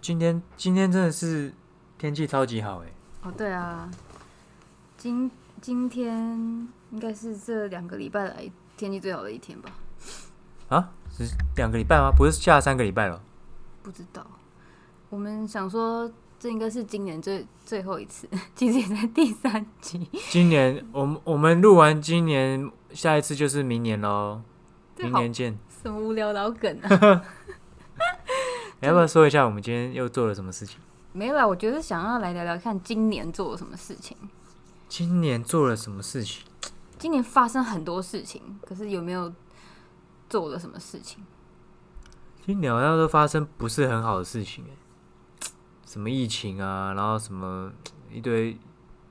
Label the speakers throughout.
Speaker 1: 今天今天真的是天气超级好哎、
Speaker 2: 哦，对啊，今今天应该是这两个礼拜来天气最好的一天吧？
Speaker 1: 啊，是两个礼拜吗？不是下三个礼拜 了？
Speaker 2: 不知道，我们想说这应该是今年最最后一次， 其实也在第三集。
Speaker 1: 今年我们我们录完今年，下一次就是明年喽，
Speaker 2: 这
Speaker 1: 明
Speaker 2: 好
Speaker 1: 年见。
Speaker 2: 什么无聊老梗啊？
Speaker 1: 你要不要说一下我们今天又做了什么事情？
Speaker 2: 没有啦，我觉得想要来聊聊看今年做了什么事情。
Speaker 1: 今年做了什么事情？
Speaker 2: 今年发生很多事情，可是有没有做了什么事情？
Speaker 1: 今年好像都发生不是很好的事情哎、什么疫情啊，然后什么一堆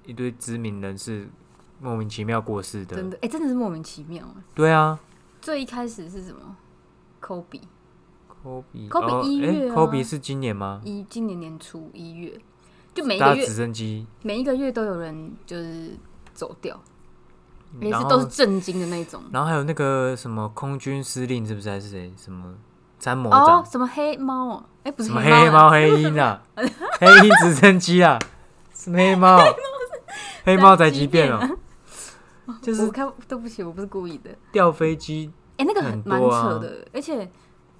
Speaker 1: 一堆知名人士莫名其妙过世
Speaker 2: 真的，哎、真的是莫名其妙啊。
Speaker 1: 对啊，
Speaker 2: 最一开始是什么？科比
Speaker 1: 科比，
Speaker 2: 科比一月啊
Speaker 1: 科哦比是今年吗？
Speaker 2: 一今年年初一月，就每一
Speaker 1: 搭
Speaker 2: 个月
Speaker 1: 直升机，
Speaker 2: 每一个月都有人就是走掉，
Speaker 1: 嗯
Speaker 2: 每
Speaker 1: 然
Speaker 2: 次
Speaker 1: 后
Speaker 2: 都是震惊的那种。
Speaker 1: 然后还有那个什么空军司令是不是还是谁？什么参谋长？
Speaker 2: 哦，什么黑猫哦？哎、不是
Speaker 1: 什么
Speaker 2: 猫啊，
Speaker 1: 黑猫黑鹰啊？黑鹰直升机啊？是黑猫？黑猫宅急便哦、就是
Speaker 2: 我看对不起，我不是故意的。
Speaker 1: 掉飞机。
Speaker 2: 哎、那个很
Speaker 1: 很多
Speaker 2: 蛮
Speaker 1: 啊
Speaker 2: 扯的，而且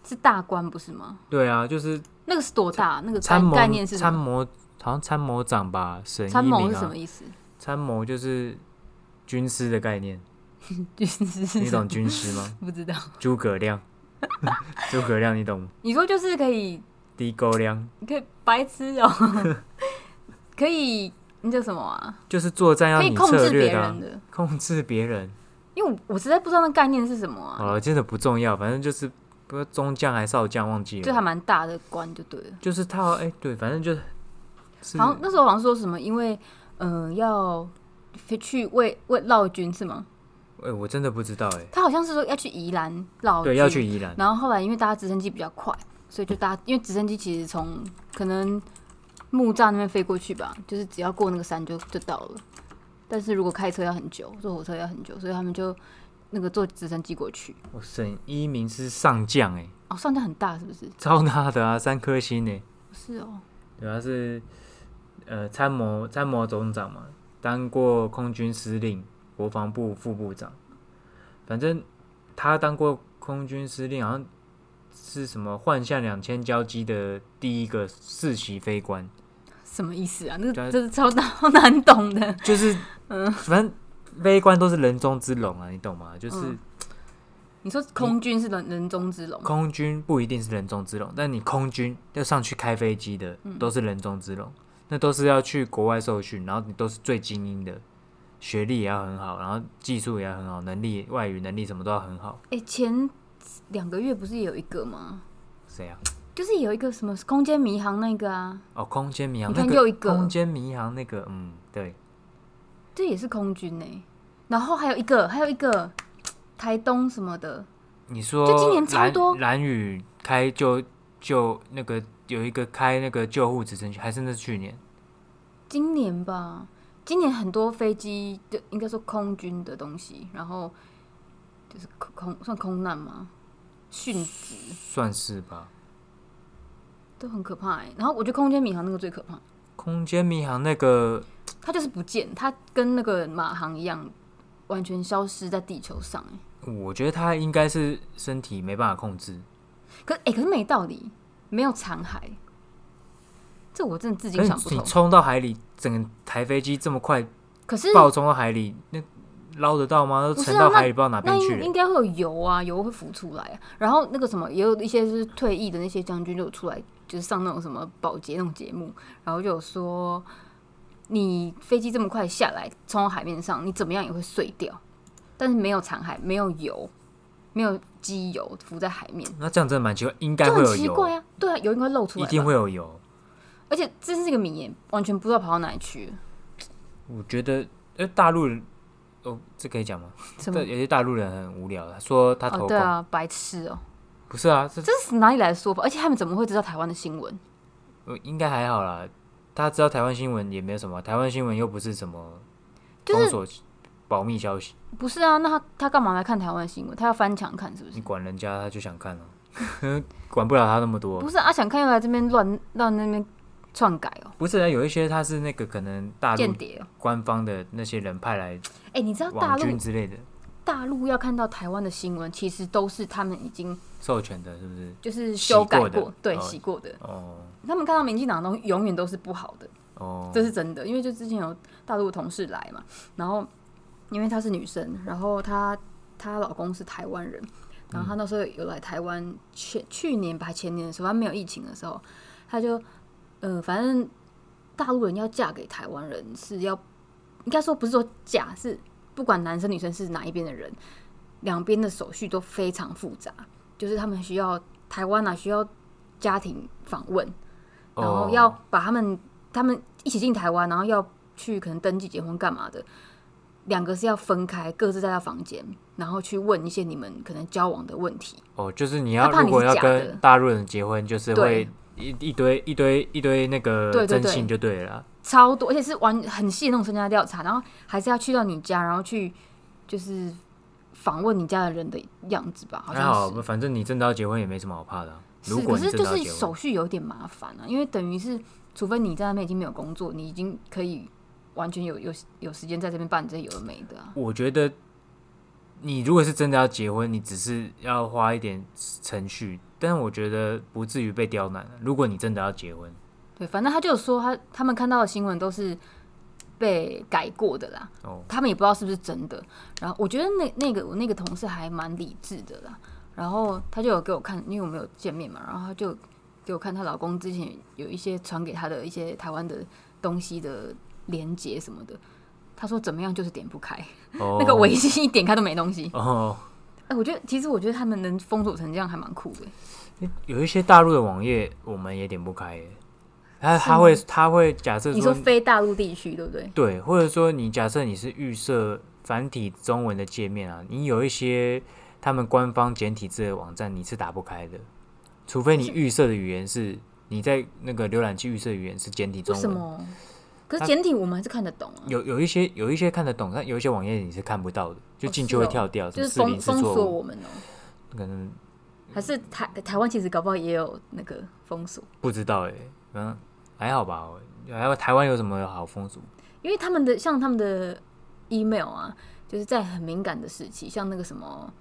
Speaker 2: 是大官不是吗？
Speaker 1: 对啊，就是
Speaker 2: 那个是多大？那个概
Speaker 1: 参谋
Speaker 2: 概念是什
Speaker 1: 参
Speaker 2: 么？
Speaker 1: 谋，好像参谋长吧？沈一
Speaker 2: 参谋
Speaker 1: 鸣
Speaker 2: 是什
Speaker 1: 啊
Speaker 2: 么？意思？
Speaker 1: 参谋就是军师的概念，
Speaker 2: 就是是 是
Speaker 1: 你懂军师吗？
Speaker 2: 不知道？
Speaker 1: 诸葛亮， 诸葛亮你懂吗？
Speaker 2: 你说就是可以，
Speaker 1: 低沟亮。
Speaker 2: 你可以白 痴哦、可以那叫什么啊？
Speaker 1: 就是作战要
Speaker 2: 可以
Speaker 1: 你
Speaker 2: 控
Speaker 1: 策
Speaker 2: 制
Speaker 1: 略
Speaker 2: 别
Speaker 1: 的啊
Speaker 2: 人，的，
Speaker 1: 控制别人。
Speaker 2: 因为我我实在不知道那概念是什么啊，
Speaker 1: 好了，真的不重要，反正就是不知道中将还是少将忘记
Speaker 2: 就还
Speaker 1: 了，
Speaker 2: 蛮大的官就对了。
Speaker 1: 就是他好哎、对，反正就是是
Speaker 2: 好像那时候好像说什么，因为呃要飞去为为绕军是吗？
Speaker 1: 哎、我真的不知道哎、
Speaker 2: 他好像是说要去宜兰绕军，
Speaker 1: 对，要去。宜兰，
Speaker 2: 然后后来因为大家直升机比较快，所以就大家因为直升机其实从可能木栅那边飞过去吧，就是只要过那个山就就到了。但是如果开车要很久，坐火车要很久，所以他们就那个坐直升机过去。
Speaker 1: 我沈一鸣是上将哎、
Speaker 2: 哦，上架很大是不是？
Speaker 1: 超大的啊，三颗星哎、
Speaker 2: 是哦，
Speaker 1: 对，他是呃参谋参谋总长嘛，当过空军司令、国防部副部长，反正他当过空军司令，好像是什么幻象两千交机的第一个世袭飞官，
Speaker 2: 什么意思啊？那
Speaker 1: 对啊
Speaker 2: 个这是超大 超难懂的。
Speaker 1: 就是嗯，反正飞官都是人中之龙啊，你懂吗？就是
Speaker 2: 嗯你说
Speaker 1: 嗯
Speaker 2: 空军是人人中之龙，
Speaker 1: 空军不一定是人中之龙，但你空军要上去开飞机的
Speaker 2: 嗯
Speaker 1: 都是人中之龙，那都是要去国外受训，然后你都是最精英的，学历也要很好，然后技术也要很好，能力、外语能力什么都要很好。
Speaker 2: 哎、前两个月不是有一个吗？
Speaker 1: 谁啊？
Speaker 2: 就是有一个什么空间迷航那个啊，
Speaker 1: 哦，空间迷航
Speaker 2: 你
Speaker 1: 那
Speaker 2: 看又
Speaker 1: 个，
Speaker 2: 一个
Speaker 1: 空间迷航那个，嗯，对，
Speaker 2: 这也是空军呢、然后还有一个，还有一个台东什么的，
Speaker 1: 你说
Speaker 2: 就今年超
Speaker 1: 蓝
Speaker 2: 多
Speaker 1: 蓝宇开救救那个有一个开那个救护直升机，还是那是去年？
Speaker 2: 今年吧，今年很多飞机就应该说空军的东西，然后就是空空算空难吗？殉职
Speaker 1: 算是吧。
Speaker 2: 都很可怕、欸。然后我觉得空间迷航那个最可怕，
Speaker 1: 空间迷航那个
Speaker 2: 它就是不见，它跟那个马航一样，完全消失在地球上、欸。
Speaker 1: 我觉得他应该是身体没办法控制，
Speaker 2: 可哎、可是没道理，没有残骸，这我真的至
Speaker 1: 可
Speaker 2: 今
Speaker 1: 是
Speaker 2: 想不
Speaker 1: 你
Speaker 2: 通。
Speaker 1: 冲到海里，整个台飞机这么快
Speaker 2: 可是
Speaker 1: 爆冲到海里，那捞得到吗？都
Speaker 2: 不是
Speaker 1: 沉
Speaker 2: 啊
Speaker 1: 到海里，不知道哪
Speaker 2: 那
Speaker 1: 边去
Speaker 2: 应
Speaker 1: 了
Speaker 2: 应。该会有油啊，油会浮出来、啊。然后那个什么，也有一些就是退役的那些将军就有出来，就是上那种什么保洁那种节目，然后就有说，你飞机这么快下来，冲到海面上，你怎么样也会碎掉，但是没有残骸，没有油，没有机油浮在海面，
Speaker 1: 那这样真的蛮奇怪，应该
Speaker 2: 就
Speaker 1: 会
Speaker 2: 很
Speaker 1: 有
Speaker 2: 奇怪
Speaker 1: 油，
Speaker 2: 啊。对啊，油应该露出
Speaker 1: 一
Speaker 2: 来，
Speaker 1: 定。会有油。
Speaker 2: 而且这是一个谜耶，完全不知道跑到哪里去了。
Speaker 1: 我觉得，呃，大陆人，哦，这可以讲吗？
Speaker 2: 什么
Speaker 1: 对，？有些大陆人很无聊，他说他
Speaker 2: 哦，
Speaker 1: 投
Speaker 2: 对
Speaker 1: 共，
Speaker 2: 啊，白痴哦、
Speaker 1: 不是啊，这
Speaker 2: 这是哪里来的说法？而且他们怎么会知道台湾的新闻？
Speaker 1: 呃应该还好啦。他知道台湾新闻也没有什么，台湾新闻又不是什么
Speaker 2: 就是
Speaker 1: 封锁保密消息，
Speaker 2: 不是啊，那他他干嘛来看台湾新闻？他要翻墙看是不是
Speaker 1: 你？管人家他就想看了、管不了他那么多。
Speaker 2: 不是啊，想看又来这边乱乱那边篡改哦、
Speaker 1: 不是啊，有一些他是那个可能大
Speaker 2: 间
Speaker 1: 陆
Speaker 2: 谍哦。
Speaker 1: 官方的那些人派来
Speaker 2: 哎、你知道大
Speaker 1: 网
Speaker 2: 陆
Speaker 1: 军之类的
Speaker 2: 大陆要看到台湾的新闻，其实都是他们已经
Speaker 1: 授权的，是不是？
Speaker 2: 就是修改
Speaker 1: 洗过的
Speaker 2: 对，
Speaker 1: 哦
Speaker 2: 洗过的。
Speaker 1: 哦
Speaker 2: 他们看到民进党的东西，永远都是不好的，
Speaker 1: 哦，
Speaker 2: 这是真的。因为就之前有大陆的同事来嘛，然后因为她是女生，然后她她老公是台湾人，然后她那时候有来台湾，去去年吧还前年的时候，她没有疫情的时候，她就呃，反正大陆人要嫁给台湾人是要，应该说不是说嫁，是不管男生女生是哪一边的人，两边的手续都非常复杂，就是他们需要台湾啊需要家庭访问，
Speaker 1: 哦
Speaker 2: 然后要把他们他们一起进台湾，然后要去可能登记结婚干嘛的，两个是要分开，各自在他房间，然后去问一些你们可能交往的问题。
Speaker 1: 哦，就是你
Speaker 2: 他
Speaker 1: 要
Speaker 2: 怕你
Speaker 1: 如果
Speaker 2: 是
Speaker 1: 要
Speaker 2: 假的
Speaker 1: 跟大陆人结婚，就是
Speaker 2: 对
Speaker 1: 会一一堆一堆一堆那
Speaker 2: 对
Speaker 1: 个
Speaker 2: 对
Speaker 1: 征信就对了啦。
Speaker 2: 超多，而且是完很细的那种身家调查，然后还是要去到你家，然后去就是访问你家的人的样子吧，好
Speaker 1: 还
Speaker 2: 像
Speaker 1: 好
Speaker 2: 是。，
Speaker 1: 反正你真的要结婚也没什么好怕的啊。如
Speaker 2: 是，
Speaker 1: 果
Speaker 2: 可
Speaker 1: 你
Speaker 2: 是
Speaker 1: 真的
Speaker 2: 就
Speaker 1: 要
Speaker 2: 是
Speaker 1: 结婚
Speaker 2: 手，续有点麻烦啊，因为等于是，除非你在那边已经没有工作，你已经可以完全有有有时间在这边办这些有的没的啊。
Speaker 1: 我觉得你如果是真的要结婚，你只是要花一点程序，但我觉得不至于被刁难啊。如果你真的要结婚，
Speaker 2: 对，反正他就有说他他们看到的新闻都是被改过的啦，
Speaker 1: 哦
Speaker 2: 他们也不知道是不是真的。然后我觉得那那个我那个同事还蛮理智的啦，然后他就有给我看，因为我没有见面嘛，然后他就给我看她老公之前有一些传给她的一些台湾的东西的连接什么的。他说怎么样就是点不开，
Speaker 1: 哦，
Speaker 2: 那个微信一点开都没东西。
Speaker 1: 哦，
Speaker 2: 哎、我觉得其实我觉得他们能封锁成这样还蛮酷的。
Speaker 1: 有一些大陆的网页我们也点不开耶，他他会他会假设
Speaker 2: 你说非大陆地区对不对？
Speaker 1: 对，或者说你假设你是预设繁体中文的界面啊，你有一些他们官方简体字的网站你是打不开的，除非你预设的语言是你在那个浏览器预设语言是简体
Speaker 2: 为
Speaker 1: 中
Speaker 2: 什
Speaker 1: 文。
Speaker 2: 么？可是
Speaker 1: 他
Speaker 2: 简体我们还是看得懂啊。
Speaker 1: 有有一些有一些看得懂，但有一些网页你是看不到的，就进去会跳掉，什
Speaker 2: 就
Speaker 1: 么
Speaker 2: 哦是
Speaker 1: 四零
Speaker 2: 封
Speaker 1: 四
Speaker 2: 封锁
Speaker 1: 错误，
Speaker 2: 我们哦、
Speaker 1: 可能
Speaker 2: 还是台台湾其实搞不好也有那个封锁，
Speaker 1: 不知道哎、嗯，还好吧，还有台湾有什么好风俗？
Speaker 2: 因为他们的像他们的 email 啊，就是在很敏感的时期，像那个什么，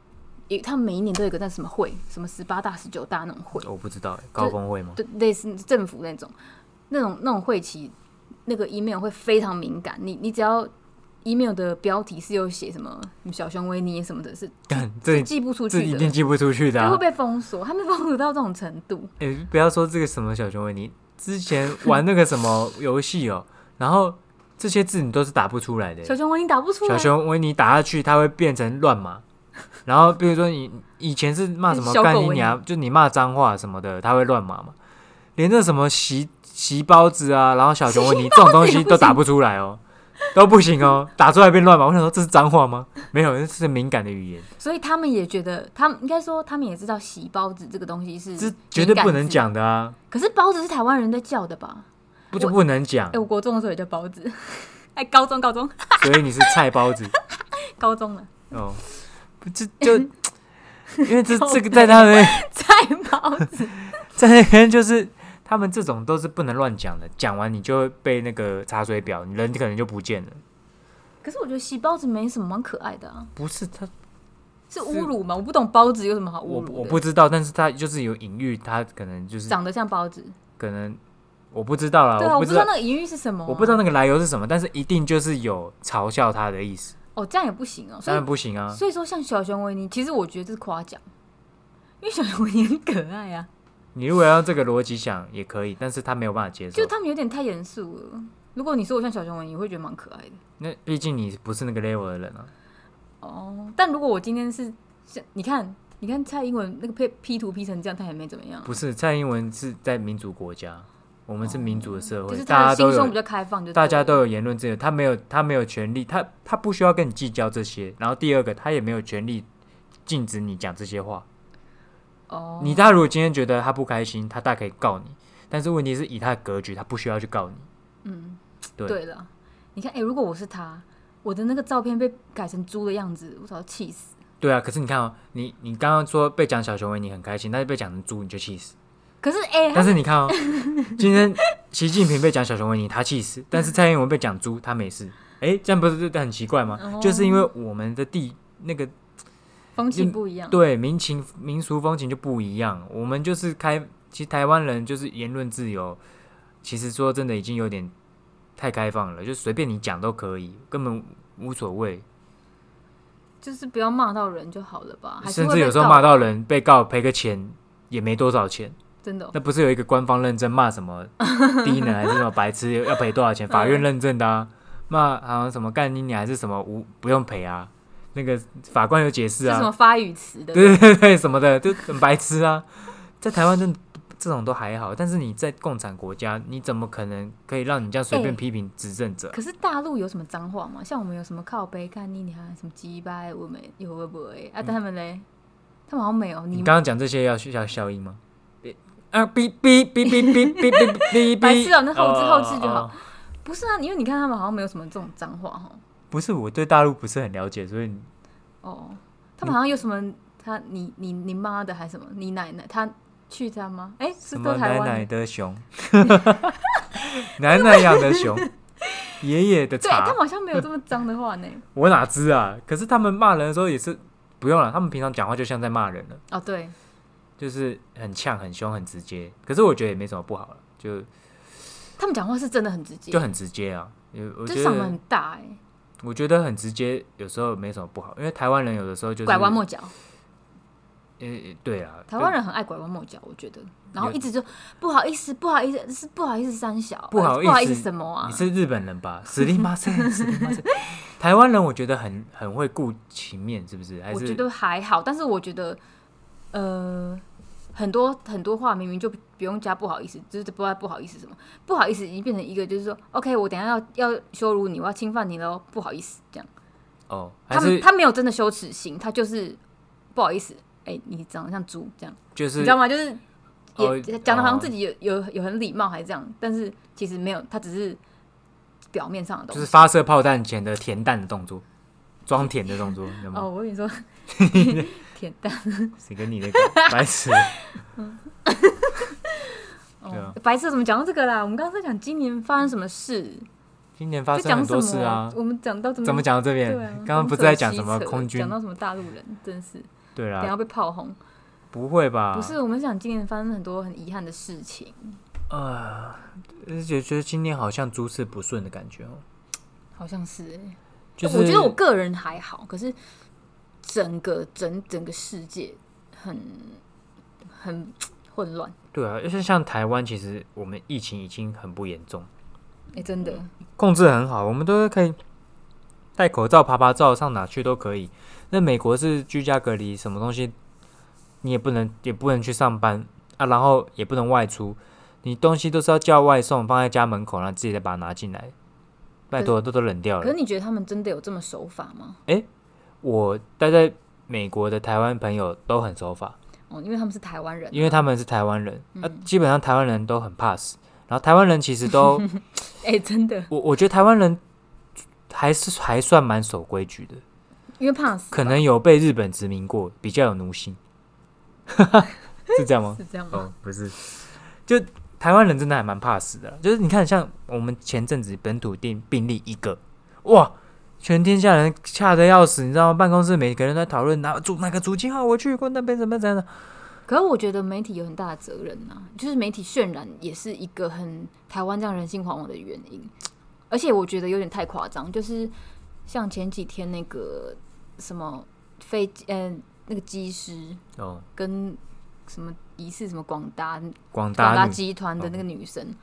Speaker 2: 也他们每一年都有一个那什么会，什么十八大、十九大那种会，
Speaker 1: 我不知道、欸，高峰会吗？
Speaker 2: 就类似政府那种，那种那种会期，那个 email 会非常敏感，你你只要 email 的标题是有写什么什么小熊维尼什么的，是
Speaker 1: 干这
Speaker 2: 寄不出
Speaker 1: 这
Speaker 2: 去
Speaker 1: 一
Speaker 2: 的，
Speaker 1: 定寄不出去的、
Speaker 2: 就
Speaker 1: 啊
Speaker 2: 会。被封锁，他们封锁到这种程度。
Speaker 1: 哎、不要说这个什么小熊维尼，之前玩那个什么游戏哦，然后这些字你都是打不出来的欸、
Speaker 2: 小熊维尼打不出来，啊
Speaker 1: 小熊维尼打下去，它会变成乱码。然后比如说你以前是骂什么
Speaker 2: 小狗
Speaker 1: 干你
Speaker 2: 维尼
Speaker 1: 娘，就你骂脏话什么的，它会乱码嘛。连那什么席席包子啊，然后小熊维尼这种东西都打不出来哦，都不行哦，打出来变乱码。我想说这是脏话吗？没有，这是敏感的语言，
Speaker 2: 所以他们也觉得，他们应该说，他们也知道洗包子这个东西是
Speaker 1: 这绝对不
Speaker 2: 敏感
Speaker 1: 能
Speaker 2: 字。
Speaker 1: 讲的啊，
Speaker 2: 可是包子是台湾人在叫的吧？
Speaker 1: 不就不能讲
Speaker 2: 哎、。我国中的时候也叫包子， 哎，高中高中
Speaker 1: 所以你是菜包子。
Speaker 2: 高中了，
Speaker 1: 哦，不这 就因为这这个在他们
Speaker 2: 菜包子。
Speaker 1: 在那边就是他们这种都是不能乱讲的，讲完你就会被那个查水表，你人可能就不见了。
Speaker 2: 可是我觉得洗包子没什么蛮可爱的啊，
Speaker 1: 不是他，
Speaker 2: 是侮辱吗？我不懂包子有什么好侮
Speaker 1: 我
Speaker 2: 辱的，
Speaker 1: 我不知道，但是他就是有隐喻，他可能就是
Speaker 2: 长得像包子，
Speaker 1: 可能我不知道啦，
Speaker 2: 对啊，
Speaker 1: 不
Speaker 2: 我不
Speaker 1: 知
Speaker 2: 知道那个隐喻是什么啊、
Speaker 1: 我不知道那个来由是什么，但是一定就是有嘲笑他的意思，
Speaker 2: 哦，这样也不行哦，所
Speaker 1: 当然
Speaker 2: 以
Speaker 1: 不行啊。
Speaker 2: 所以说像小熊维尼，其实我觉得这是夸奖，因为小熊维尼很可爱啊，
Speaker 1: 你如果要这个逻辑想也可以，但是他没有办法接受
Speaker 2: 就，他们有点太严肃了。如果你说我像小熊维尼，我会觉得蛮可爱的。
Speaker 1: 那毕竟你不是那个 level 的人啊。
Speaker 2: 哦，但如果我今天是，像你看，你看蔡英文那个 P P 图 P 成这样，他也没怎么样啊，
Speaker 1: 不是蔡英文是在民主国家，我们是民主的社会，
Speaker 2: 就是
Speaker 1: 大
Speaker 2: 他
Speaker 1: 家
Speaker 2: 的
Speaker 1: 都
Speaker 2: 心胸比
Speaker 1: 有
Speaker 2: 较开放就，
Speaker 1: 大家都有言论自由，他没有他没有权利，他他不需要跟你计较这些。然后第二个，他也没有权利禁止你讲这些话。
Speaker 2: 哦，
Speaker 1: 你他如果今天觉得他不开心，他大可以告你，但是问题是以他的格局，他不需要去告你。
Speaker 2: 嗯，
Speaker 1: 对
Speaker 2: 对了，你看，哎、如果我是他，我的那个照片被改成猪的样子，我早就气死。
Speaker 1: 对啊，可是你看哦，你你刚刚说被讲小熊维尼很开心，但是被讲成猪你就气死。
Speaker 2: 可是哎、
Speaker 1: 但是你看哦，今天习近平被讲小熊维尼，他气死；但是蔡英文被讲猪，他没事。哎、这样不是很奇怪吗？
Speaker 2: 哦
Speaker 1: 就是因为我们的地那个
Speaker 2: 风气不一样，
Speaker 1: 对民情民俗风情就不一样，我们就是开，其实台湾人就是言论自由，其实说真的已经有点太开放了，就随便你讲都可以，根本无所谓，
Speaker 2: 就是不要骂到人就好了吧？哦还是
Speaker 1: 甚
Speaker 2: 会
Speaker 1: 至
Speaker 2: 被
Speaker 1: 有时候骂
Speaker 2: 告
Speaker 1: 到人被告赔个钱也没多少钱。
Speaker 2: 真的哦、
Speaker 1: 那不是有一个官方认证骂什么 低能还是什么白痴要赔多少钱？法院认证的啊，骂好像什么干你娘还是什么无不用赔啊，那个法官有解释
Speaker 2: 是什么
Speaker 1: 啊，
Speaker 2: 发语词 的？
Speaker 1: 对对对什么的就很白痴啊，在台湾这这种都还好，但是你在共产国家，你怎么可能可以让你这样随便
Speaker 2: 哎
Speaker 1: 批评执政者？
Speaker 2: 可是大陆有什么脏话吗？像我们有什么靠背、干你娘、什么鸡掰，我们有会不会啊？但他们嘞，他们好像没有。
Speaker 1: 嗯你
Speaker 2: 你
Speaker 1: 刚刚讲这些要要消音吗？啊哔哔哔哔哔哔哔哔
Speaker 2: 白
Speaker 1: 哔
Speaker 2: 痴哦那后置后置就。
Speaker 1: 哦哦哦
Speaker 2: 好不是啊？因为你看他们好像没有什么这种脏话哈。
Speaker 1: 不是，我对大陆不是很了解，所以
Speaker 2: 哦，他们好像有什么他你你你妈的还是什么？你奶奶他去他吗？哎、是
Speaker 1: 什
Speaker 2: 在
Speaker 1: 么
Speaker 2: 台
Speaker 1: 奶
Speaker 2: 湾
Speaker 1: 奶
Speaker 2: 的。
Speaker 1: 的熊， 奶奶养的熊，爷爷的
Speaker 2: 对他
Speaker 1: 茶
Speaker 2: 们，好像没有这么脏的话呢。
Speaker 1: 我哪知啊？可是他们骂人的时候也是不用了，他们平常讲话就像在骂人了，
Speaker 2: 哦，对，
Speaker 1: 就是很呛、很凶、很直接。可是我觉得也没什么不好了，就
Speaker 2: 他们讲话是真的很直接，
Speaker 1: 就很直接啊。也我
Speaker 2: 就
Speaker 1: 觉
Speaker 2: 嗓门
Speaker 1: 得
Speaker 2: 很大哎、
Speaker 1: 我觉得很直接，有时候没什么不好，因为台湾人有的时候就是
Speaker 2: 拐弯抹角。
Speaker 1: 呃，对啊，
Speaker 2: 台湾
Speaker 1: 人
Speaker 2: 人很爱拐弯抹角，我觉得，然后一直就不好意思，不好意思，是不好意思三小，
Speaker 1: 不好
Speaker 2: 呃
Speaker 1: 意思
Speaker 2: 不好意思什么啊
Speaker 1: 你？是日本人吧？死力马塞，死力马塞。台湾人我觉得很很会顾情面，是不是？还
Speaker 2: 我觉
Speaker 1: 是
Speaker 2: 得还好，但是我觉得，呃，很多很多话明明就不用加不好意思，就是不知道不好意思什么，不好意思已经变成一个就是说，OK，我等一下要要羞辱你，我要侵犯你喽，不好意思这样。
Speaker 1: 哦，还
Speaker 2: 他们
Speaker 1: 是
Speaker 2: 他没有真的羞耻心，他就是不好意思，哎、你长得像猪这样，
Speaker 1: 就
Speaker 2: 你
Speaker 1: 是
Speaker 2: 知道吗？就是
Speaker 1: 哦
Speaker 2: 也讲的好像自
Speaker 1: 哦
Speaker 2: 己有有有很礼貌还是这样，但是其实没有，他只是表面上的东
Speaker 1: 就是
Speaker 2: 西。
Speaker 1: 发射炮弹前的填弹的动作，装填的动作，有
Speaker 2: 哦，
Speaker 1: 吗？
Speaker 2: 我跟你 说， 舔蛋
Speaker 1: 谁跟你那个白 痴？
Speaker 2: 哦
Speaker 1: 对啊，
Speaker 2: 白色怎么讲到这个啦？我们刚刚在讲今年发生什么事，
Speaker 1: 今年发
Speaker 2: 就
Speaker 1: 生
Speaker 2: 讲
Speaker 1: 很
Speaker 2: 什
Speaker 1: 多
Speaker 2: 么？
Speaker 1: 事啊，
Speaker 2: 我们讲到怎么
Speaker 1: 怎么讲到这边？
Speaker 2: 对啊，
Speaker 1: 刚刚不是在讲什么空军啊
Speaker 2: 讲？到什么大陆人，真是
Speaker 1: 对
Speaker 2: 等一下
Speaker 1: 啦，
Speaker 2: 被炮轰。
Speaker 1: 不会吧？
Speaker 2: 不是，我们讲今年发生很多很遗憾的事情，
Speaker 1: 啊，而且觉得今年好像诸事不顺的感觉哦。
Speaker 2: 好像是欸。
Speaker 1: 就是
Speaker 2: 我觉得我个人还好，可是整个整整个世界很很混乱。
Speaker 1: 对啊，就是像台湾，其实我们疫情已经很不严重，
Speaker 2: 哎、真的，
Speaker 1: 控制得很好，我们都可以戴口罩、爬爬照，上哪去都可以。那美国是居家隔离，什么东西你也不能，也不能去上班啊，然后也不能外出，你东西都是要叫外送，放在家门口，然后自己再把它拿进来。拜托，这都冷掉
Speaker 2: 可是
Speaker 1: 了。
Speaker 2: 你觉得他们真的有这么守法吗？
Speaker 1: 我待在美国的台湾朋友都很守法，
Speaker 2: 哦，因为他们是台湾人啊、
Speaker 1: 因为他们是台湾人，
Speaker 2: 嗯
Speaker 1: 啊，基本上台湾人都很怕死。然后台湾人其实 都，
Speaker 2: 哎、真的，
Speaker 1: 我我觉得台湾人还是还算蛮守规矩的。
Speaker 2: 因为怕死
Speaker 1: 可能有被日本殖民过，比较有奴性， 是这样吗？
Speaker 2: 是这样吗？
Speaker 1: 哦，不是，就台湾人真的还蛮怕死的啦，就是你看，像我们前阵子本土病病例一个，哇，全天下人吓得要死，你知道吗？办公室每个人都在讨论哪主哪个主机号我去过那边怎么样怎么样的，
Speaker 2: 可是我觉得媒体有很大的责任呐、就是媒体渲染也是一个很台湾这样人心惶惶的原因，而且我觉得有点太夸张，就是像前几天那个什么飞机，嗯、那个机师
Speaker 1: 哦，
Speaker 2: 跟什么疑似什么广达
Speaker 1: 广
Speaker 2: 广
Speaker 1: 达
Speaker 2: 达
Speaker 1: 女嗯
Speaker 2: 集团的那个女生，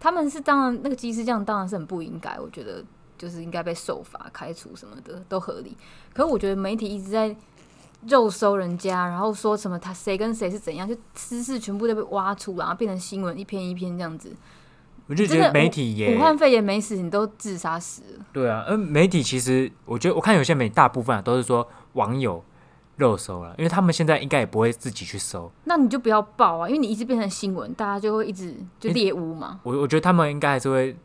Speaker 2: 他们是当然那个机师这样当然是很不应该，我觉得就是应该被受罚、开除什么的都合理。可是我觉得媒体一直在肉搜人家，然后说什么他谁跟谁是怎样，就私事全部都被挖出来，然后变成新闻一篇一篇这样子。
Speaker 1: 我就觉
Speaker 2: 真的
Speaker 1: 得媒体也
Speaker 2: 武汉肺炎没死，你都自杀死了，
Speaker 1: 对啊，嗯，媒体其实我觉得我看有些媒大部分啊都是说网友肉搜了，因为他们现在应该也不会自己去搜。
Speaker 2: 那你就不要报啊，因为你一直变成新闻，大家就会一直就
Speaker 1: 诶
Speaker 2: 猎巫嘛。
Speaker 1: 我我觉得他们应该还是会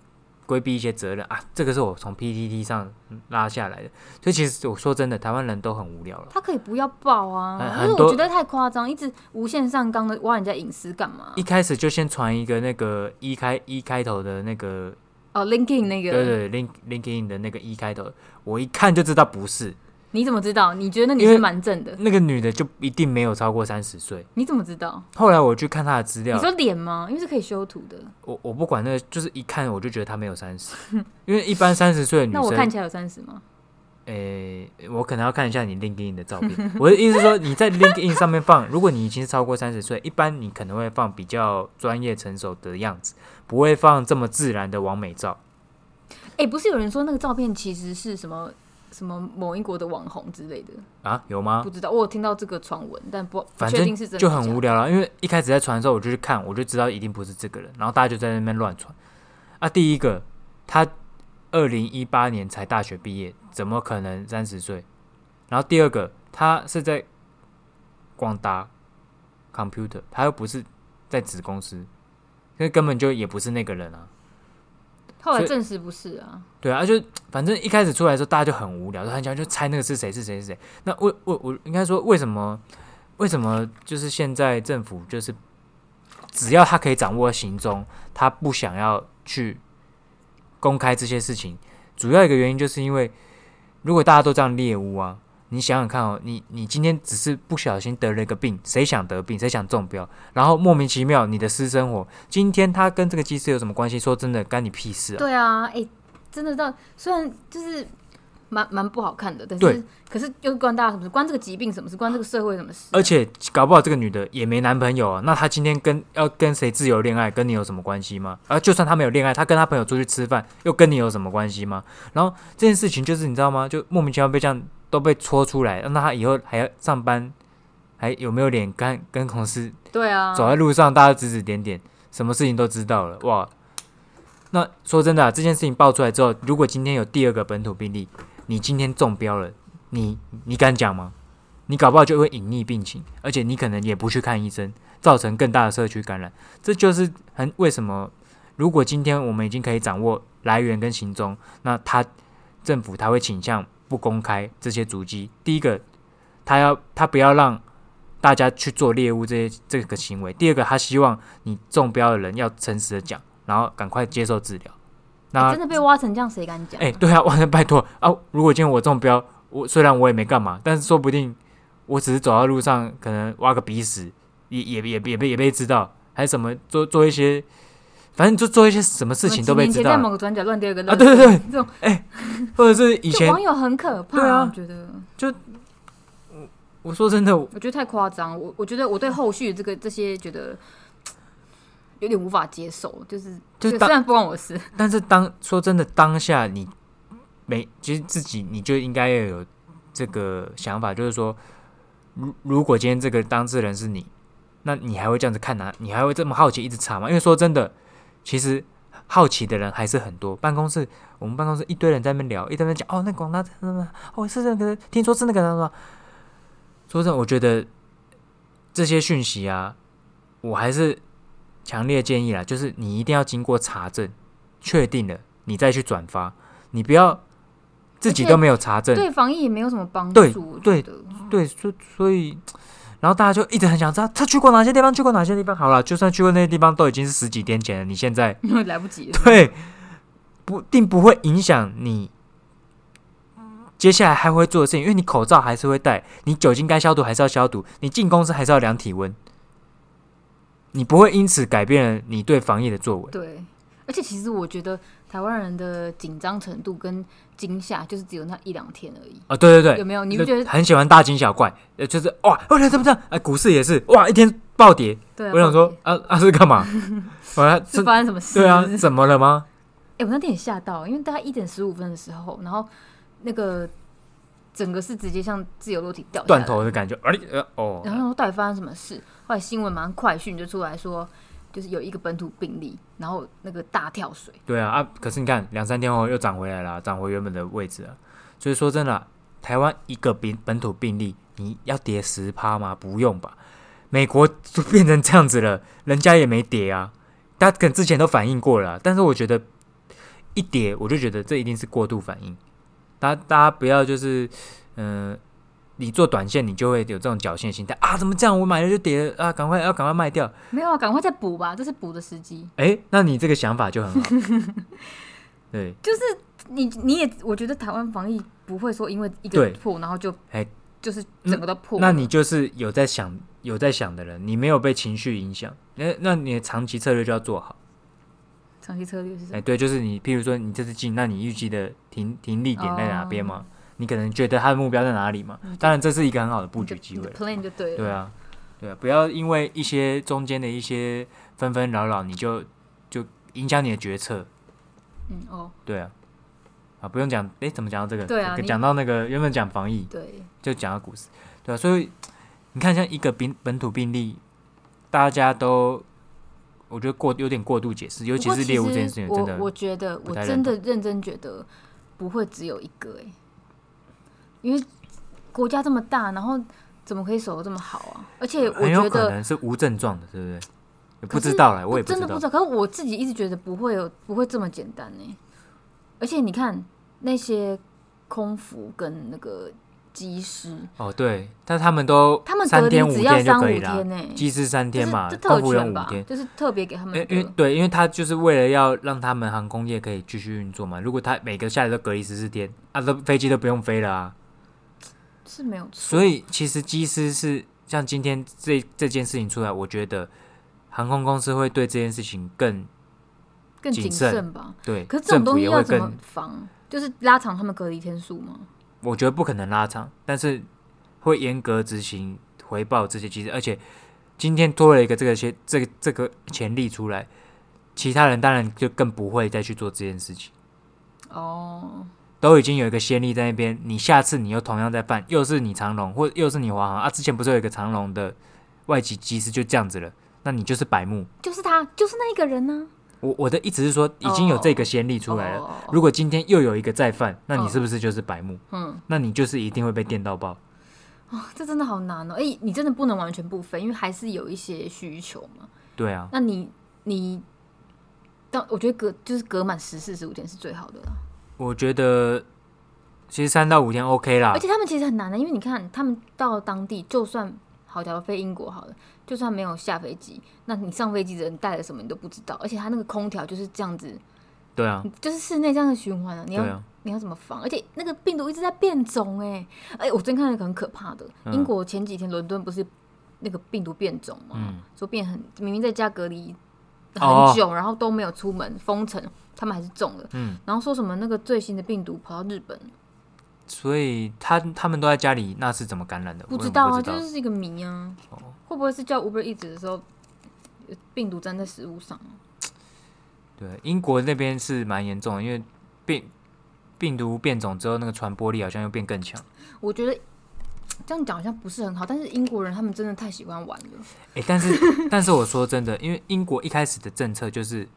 Speaker 1: 规避一些责任啊，这个是我从 PTT 上拉下来的。所以其实我说真的，台湾人都很无聊了。
Speaker 2: 他可以不要报啊，
Speaker 1: 很
Speaker 2: 因为
Speaker 1: 很
Speaker 2: 我
Speaker 1: 多
Speaker 2: 觉得太夸张，一直无限上纲的挖人家隐私干嘛
Speaker 1: 一？开始就先传一个那个一开一开头的那个，
Speaker 2: 哦，LinkedIn 那
Speaker 1: 对对
Speaker 2: 个，
Speaker 1: link LinkedIn 的那个一开头，我一看就知道不是
Speaker 2: 你怎么知道？你觉得你
Speaker 1: 因
Speaker 2: 是
Speaker 1: 为
Speaker 2: 蛮正的，
Speaker 1: 那个女的，就一定没有超过三十岁。
Speaker 2: 你怎么知道？
Speaker 1: 后来我去看她的资
Speaker 2: 你
Speaker 1: 料，
Speaker 2: 说脸吗？因为是可以修图的。
Speaker 1: 我我不管那个，就是一看我就觉得她没有三十， 因为一般三十岁的女
Speaker 2: 那我
Speaker 1: 生，
Speaker 2: 看起来有三十吗？
Speaker 1: 诶、我可能要看一下你 LinkedIn 的照片。我的意思是说，你在 LinkedIn 上面放， 如果你已经超过三十岁，一般你可能会放比较专业成熟的样子，不会放这么自然的完美照。
Speaker 2: 哎、不是有人说那个照片其实是什么什么某一国的网红之类的，
Speaker 1: 啊，有吗
Speaker 2: 不？知道。我有听到这个传闻，但不不
Speaker 1: 反
Speaker 2: 确定
Speaker 1: 正
Speaker 2: 是真的
Speaker 1: 就很
Speaker 2: 假
Speaker 1: 无
Speaker 2: 的。
Speaker 1: 聊了，因为一开始在传的时候，我就去看，我就知道一定不是这个人，然后大家就在那边乱传。啊，第一个，他二零一八年才大学毕业，怎么可能三十岁？然后第二个，他是在广达 computer，他又不是在子公司，那根本就也不是那个人啊。
Speaker 2: 后来
Speaker 1: 所以
Speaker 2: 证实不是啊，
Speaker 1: 对啊，就反正一开始出来的时候，大家就很无聊，就很想就猜那个是谁是谁是谁。那为我我应该说为什么为什么就是现在政府就是只要他可以掌握行踪，他不想要去公开这些事情，主要一个原因就是因为如果大家都这样猎物啊，你想想看哦，你你今天只是不小心得了一个病，谁想得病，谁想中标，然后莫名其妙你的私生活，今天他跟这个机制有什么关系？说真的，干你屁事啊！
Speaker 2: 对啊，哎、真的到虽然就是蛮蛮不好看的，但是
Speaker 1: 对
Speaker 2: 可是又关大家什么事？关这个疾病什么事？关这个社会什么事啊、
Speaker 1: 而且搞不好这个女的也没男朋友啊，那她今天跟要跟谁自由恋爱，跟你有什么关系吗？啊，就算她没有恋爱，她跟她朋友出去吃饭，又跟你有什么关系吗？然后这件事情就是你知道吗？就莫名其妙被这样都被戳出来，那她以后还要上班，还有没有脸跟跟同事
Speaker 2: 对啊，
Speaker 1: 走在路上，大家指指点点，什么事情都知道了，哇！那说真的、啊，这件事情爆出来之后，如果今天有第二个本土病例，你今天中标了，你你敢讲吗？你搞不好就会隐匿病情，而且你可能也不去看医生，造成更大的社区感染。这就是很为什么，如果今天我们已经可以掌握来源跟行踪，那他政府他会倾向不公开这些足迹。第一个，他要他不要让大家去做猎物这些这个行为；第二个，他希望你中标的人要诚实的讲，然后赶快接受治疗。那、
Speaker 2: 欸真的被挖成这样，谁敢讲啊、
Speaker 1: 哎、对啊， 我拜托啊！如果今天我中标，我虽然我也没干嘛，但是说不定我只是走到路上，可能挖个鼻屎，也也也也被也被知道，还是什么做做一些，反正就做一些什么事情都被
Speaker 2: 几
Speaker 1: 知
Speaker 2: 年前在
Speaker 1: 道
Speaker 2: 某
Speaker 1: 了，
Speaker 2: 个转角乱丢一个
Speaker 1: 啊
Speaker 2: 垃圾
Speaker 1: 对对对，
Speaker 2: 这种
Speaker 1: 或者是以
Speaker 2: 就
Speaker 1: 前
Speaker 2: 网友很可怕，
Speaker 1: 对啊
Speaker 2: 我觉得
Speaker 1: 我说真的，
Speaker 2: 我觉得太夸张，我我觉得我
Speaker 1: 嗯
Speaker 2: 对后续这个这些觉得有点无法接受，就是
Speaker 1: 就
Speaker 2: 这个
Speaker 1: 当
Speaker 2: 虽然不关我的事，
Speaker 1: 但是当说真的，当下你没，其实自己你就应该要有这个想法，就是说，如如果今天这个当事人是你，那你还会这样子看哪、你还会这么好奇一直查吗？因为说真的，其实好奇的人还是很多。办公室我们办公室一堆人在那边聊，一堆人讲哦，那广大什么，哦是那个，听说是那个什么。说真的，我觉得这些讯息啊，我还是强烈建议啦，就是你一定要经过查证。确定了，你再去转发，你不要自己
Speaker 2: 而且
Speaker 1: 都没有查证，
Speaker 2: 对防疫也没有什么帮
Speaker 1: 对
Speaker 2: 助，我觉
Speaker 1: 对
Speaker 2: 得
Speaker 1: 对，所所以，然后大家就一直很想知道他去过哪些地方，去过哪些地方。好了，就算去过那些地方，都已经是十几天前了，你现在
Speaker 2: 因为 来不及了。
Speaker 1: 对不定不会影响你接下来还会做的事情，因为你口罩还是会戴，你酒精该消毒还是要消毒，你进公司还是要量体温，你不会因此改变了你对防疫的作为。
Speaker 2: 对，而且其实我觉得台湾人的紧张程度跟惊吓，就是只有那一两天而已，
Speaker 1: 啊，对对对，
Speaker 2: 有没有？你
Speaker 1: 就
Speaker 2: 不觉得？
Speaker 1: 很喜欢大惊小怪？呃，就是哇，为什么这样？哎，股市也是哇，一天暴跌。
Speaker 2: 对啊，
Speaker 1: 我想说
Speaker 2: 到底，
Speaker 1: 啊啊是干 嘛？我要
Speaker 2: 是
Speaker 1: 是，
Speaker 2: 发生什么事？
Speaker 1: 对啊
Speaker 2: 是不，是
Speaker 1: 怎么了吗？
Speaker 2: 哎、我那天也吓到，因为大概一点十五分的时候，然后那个整个是直接像自由落体掉下
Speaker 1: 断
Speaker 2: 来，
Speaker 1: 头的感觉，而呃哦，
Speaker 2: 然后到底发生什么事？后来新闻马上快讯就出来说，就是有一个本土病例，然后那个大跳水，
Speaker 1: 对啊啊！可是你看，两三天后又涨回来了啊，涨回原本的位置了。所以说真的啊，台湾一个病本土病例，你要跌十趴吗？不用吧。美国都变成这样子了，人家也没跌啊，大家可能之前都反应过了啊、但是我觉得一跌，我就觉得这一定是过度反应。大大家不要就是，嗯、你做短线你就会有这种侥幸心态啊，怎么这样？我买了就跌了啊，赶快要赶快卖掉。
Speaker 2: 没有啊，赶快再补吧，这是补的时机。
Speaker 1: 哎、那你这个想法就很好。对，
Speaker 2: 就是你你也，我觉得台湾防疫不会说因为一个
Speaker 1: 对
Speaker 2: 破，然后就
Speaker 1: 哎
Speaker 2: 就是整个都破了。
Speaker 1: 那你就是有在想有在想的人，你没有被情绪影响，那那你的长期策略就要做好。
Speaker 2: 长期策略是什
Speaker 1: 哎、
Speaker 2: 么？
Speaker 1: 对，就是你，譬如说你这次进，那你预计的停停利点在哪边嘛
Speaker 2: 哦
Speaker 1: 你可能觉得它的目标在哪里嘛？当然，这是一个很好的布局机
Speaker 2: 你
Speaker 1: 会
Speaker 2: 的。plan 就嗯对了。
Speaker 1: 对啊，对啊，不要因为一些中间的一些纷纷扰扰，你就就影响你的决策。
Speaker 2: 嗯哦，
Speaker 1: 对啊，啊，不用讲，哎、怎么讲到这个？
Speaker 2: 对啊你
Speaker 1: 讲到那个原本讲防疫，
Speaker 2: 对，
Speaker 1: 就讲到股市，对啊，所以你看，像一个病本土病例，大家都我觉得过有点过度解释，尤
Speaker 2: 不
Speaker 1: 其
Speaker 2: 过
Speaker 1: 是猎物这件事情，真
Speaker 2: 我我
Speaker 1: 的
Speaker 2: 觉得
Speaker 1: 不
Speaker 2: 我
Speaker 1: 太
Speaker 2: 真
Speaker 1: 认
Speaker 2: 的认真觉得不会只有一个哎、因为国家这么大，然后怎么可以守的这么好啊？而且我
Speaker 1: 很有
Speaker 2: 觉
Speaker 1: 可
Speaker 2: 得
Speaker 1: 能是无症状的，对不对？也
Speaker 2: 可
Speaker 1: 不知
Speaker 2: 是
Speaker 1: 道了，我也
Speaker 2: 真的不
Speaker 1: 道
Speaker 2: 知。道，可是我自己一直觉得不会有不会这么简单呢、而且你看那些空服跟那个机师，
Speaker 1: 哦，对，但他们都
Speaker 2: 他们
Speaker 1: 三
Speaker 2: 隔离
Speaker 1: 天五
Speaker 2: 只要
Speaker 1: 天就
Speaker 2: 三五
Speaker 1: 可以
Speaker 2: 天
Speaker 1: 了，
Speaker 2: 呢、
Speaker 1: 机师三天嘛，
Speaker 2: 就是这
Speaker 1: 空
Speaker 2: 特
Speaker 1: 服员
Speaker 2: 权
Speaker 1: 五
Speaker 2: 吧嗯
Speaker 1: 天，，
Speaker 2: 就是特别给他们
Speaker 1: 因
Speaker 2: 一
Speaker 1: 因为
Speaker 2: 个
Speaker 1: 对，因为他就是为了要让他们航空业可以继续运作嘛。如果他每个下来都隔离十四天，啊，都飞机都不用飞了啊。
Speaker 2: 是没有错，
Speaker 1: 所以其实机师是像今天这这件事情出来，我觉得航空公司会对这件事情更
Speaker 2: 更
Speaker 1: 谨
Speaker 2: 谨
Speaker 1: 慎
Speaker 2: 慎吧。
Speaker 1: 对，
Speaker 2: 可是这种
Speaker 1: 政
Speaker 2: 东
Speaker 1: 府
Speaker 2: 西
Speaker 1: 也
Speaker 2: 要
Speaker 1: 会
Speaker 2: 怎么
Speaker 1: 更，
Speaker 2: 防？就是拉长他们隔离天数吗？
Speaker 1: 我觉得不可能拉长，但是会严格执行回报这些机师，而且今天多了一个这个些这个这个潜力出来，其他人当然就更不会再去做这件事情。
Speaker 2: 哦，
Speaker 1: 都已经有一个先例在那边，你下次你又同样在犯，又是你长龙或又是你华航啊？之前不是有一个长龙的外籍机师就这样子了？那你就是白目。
Speaker 2: 就是他，就是那一个人呢、
Speaker 1: 我我的意思是说，已经有这个先例出来了。
Speaker 2: 哦
Speaker 1: 如果今天又有一个再犯，那你
Speaker 2: 哦
Speaker 1: 是不是就是白目？
Speaker 2: 嗯，
Speaker 1: 那你就是一定会被电到爆。
Speaker 2: 这真的好难哦。哎、你真的不能完全不分，因为还是有一些需求嘛。
Speaker 1: 对啊，
Speaker 2: 那你你，但我觉得隔就是隔满十四十五天是最好的啦。
Speaker 1: 我觉得其实三到五天 OK 啦
Speaker 2: 而。且他们其实很难的，因为你看他们到当地，就算好，假如飞英国好了，就算没有下飞机，那你上飞机的人带了什么你都不知道，而且他那个空调就是这样子，
Speaker 1: 对啊，
Speaker 2: 就是室内这样的循环啊，你
Speaker 1: 对
Speaker 2: 要、
Speaker 1: 啊，
Speaker 2: 你要怎么防？而且那个病毒一直在变种、欸，哎，我真看了一个很可怕的，
Speaker 1: 嗯
Speaker 2: 英国前几天伦敦不是那个病毒变种嘛，
Speaker 1: 嗯
Speaker 2: 说变很明明在家隔离
Speaker 1: 哦
Speaker 2: 很久，然后都没有出门封城，他们还是中了，
Speaker 1: 嗯
Speaker 2: 然后说什么那个最新的病毒跑到日本，
Speaker 1: 所以他他们都在家里，那是怎么感染的？
Speaker 2: 不
Speaker 1: 我也
Speaker 2: 知道
Speaker 1: 不
Speaker 2: 啊，
Speaker 1: 知道
Speaker 2: 就是一个谜啊，
Speaker 1: 哦
Speaker 2: 会不会是叫 Uber Eats 的时候？病毒粘在食物上啊，
Speaker 1: 对，英国那边是蛮严重的，因为病病毒变种之后，那个传播力好像又变更强。
Speaker 2: 我觉得这样讲好像不是很好，但是英国人他们真的太喜欢玩了，
Speaker 1: 诶，但 是但是我说真的，因为英国一开始的政策就是，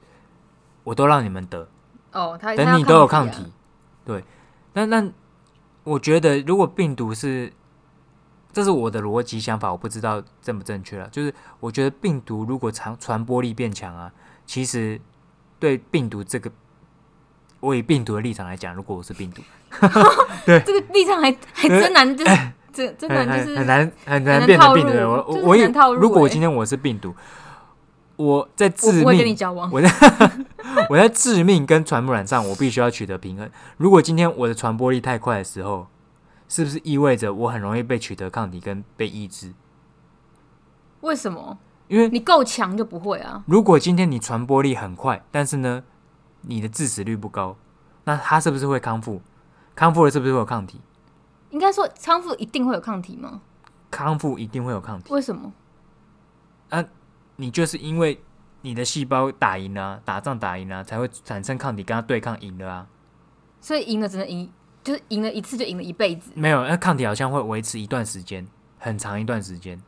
Speaker 1: 我都让你们得，
Speaker 2: 哦，他他
Speaker 1: 等
Speaker 2: 要
Speaker 1: 你都有
Speaker 2: 抗
Speaker 1: 抗
Speaker 2: 啊
Speaker 1: 体，对。那那我觉得，如果病毒是，这是我的逻辑想法，我不知道正不正确了。就是我觉得病毒如果传传播力变强啊，其实对病毒这个，我以病毒的立场来讲，如果我是病毒，
Speaker 2: 这个立场还还
Speaker 1: 呃
Speaker 2: 真难，就是真真难，
Speaker 1: 很
Speaker 2: 就
Speaker 1: 很
Speaker 2: 是
Speaker 1: 难很
Speaker 2: 难
Speaker 1: 难变成
Speaker 2: 套
Speaker 1: 病毒人。
Speaker 2: 入
Speaker 1: 我
Speaker 2: 就是
Speaker 1: 我我
Speaker 2: 很
Speaker 1: 也
Speaker 2: 难套入
Speaker 1: 如果我
Speaker 2: 欸
Speaker 1: 今天我是病毒，我在
Speaker 2: 我
Speaker 1: 致
Speaker 2: 不会跟你
Speaker 1: 命
Speaker 2: 交往。
Speaker 1: 我在我在致命跟传播染上，我必须要取得平衡。如果今天我的传播力太快的时候，是不是意味着我很容易被取得抗体跟被抑制？
Speaker 2: 为什么？
Speaker 1: 因为
Speaker 2: 你够强就不会啊？
Speaker 1: 如果今天你传播力很快，但是呢，你的致死率不高，那它是不是会康复？康复了是不是会有抗体？
Speaker 2: 应该说康复一定会有抗体吗？
Speaker 1: 康复一定会有抗体。
Speaker 2: 为什么？
Speaker 1: 你就是因为你的细胞打赢了啊、打仗打赢了啊、才会产生抗体跟它对抗赢了啊。
Speaker 2: 所以赢了只能赢，就是赢了一次就赢了一辈子。
Speaker 1: 没有，那抗体好像会维持一段时间，很长一段时间，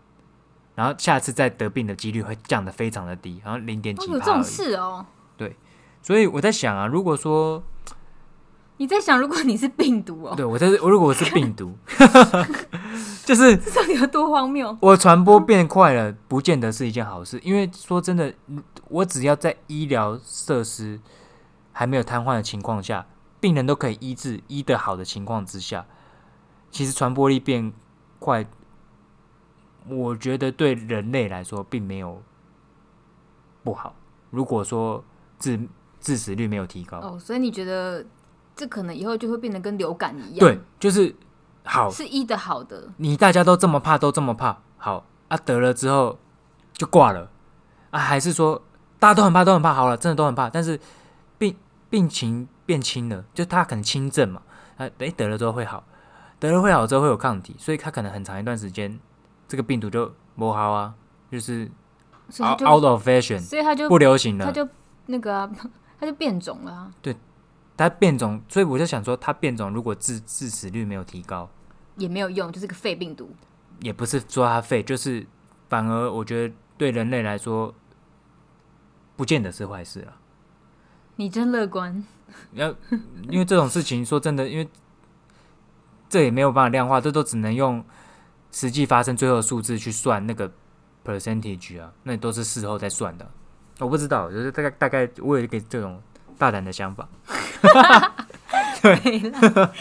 Speaker 1: 然后下次再得病的几率会降得非常的低，好像零点
Speaker 2: 哦，
Speaker 1: 几
Speaker 2: 有这
Speaker 1: 帕而
Speaker 2: 种
Speaker 1: 已。
Speaker 2: 事哦！
Speaker 1: 所以我在想啊，如果说
Speaker 2: 你在想，如果你是病毒哦，
Speaker 1: 对我在我如果我是病 毒， 就是
Speaker 2: 这到底有多荒谬？
Speaker 1: 我传播变快了，不见得是一件好事，因为说真的，我只要在医疗设施还没有瘫痪的情况下，病人都可以医治医得好的情况之下，其实传播力变快，我觉得对人类来说并没有不好。如果说致致死率没有提高，
Speaker 2: 哦，所以你觉得这可能以后就会变得跟流感一样，
Speaker 1: 对，，就是好，
Speaker 2: 是医的好的，
Speaker 1: 你大家都这么怕，都这么怕，好啊，得了之后就挂了啊，还是说大家都很怕，都很怕，好了，真的都很怕，但是病病情变轻了，就他可能轻症嘛，啊，诶，得了之后会好，得了会好之后会有抗体，所以他可能很长一段时间这个病毒就不好啊，就是
Speaker 2: 所以他
Speaker 1: out
Speaker 2: 就，
Speaker 1: out of fashion
Speaker 2: 所以他就
Speaker 1: 不流行
Speaker 2: 他
Speaker 1: 了，
Speaker 2: 就那个啊，他就变种了啊、
Speaker 1: 它变种，所以我就想说，它变种如果致致死率没有提高，
Speaker 2: 也没有用，就是个肺病毒。
Speaker 1: 也不是说它废，就是反而我觉得对人类来说，不见得是坏事啊。
Speaker 2: 你真乐观，
Speaker 1: 要因为这种事情，说真的，因为这也没有办法量化，这都只能用实际发生最后的数字去算那个 percentage 啊，那都是事后再算的。我不知道，就是大概大概我有一个这种大胆的想法。
Speaker 2: 对啦，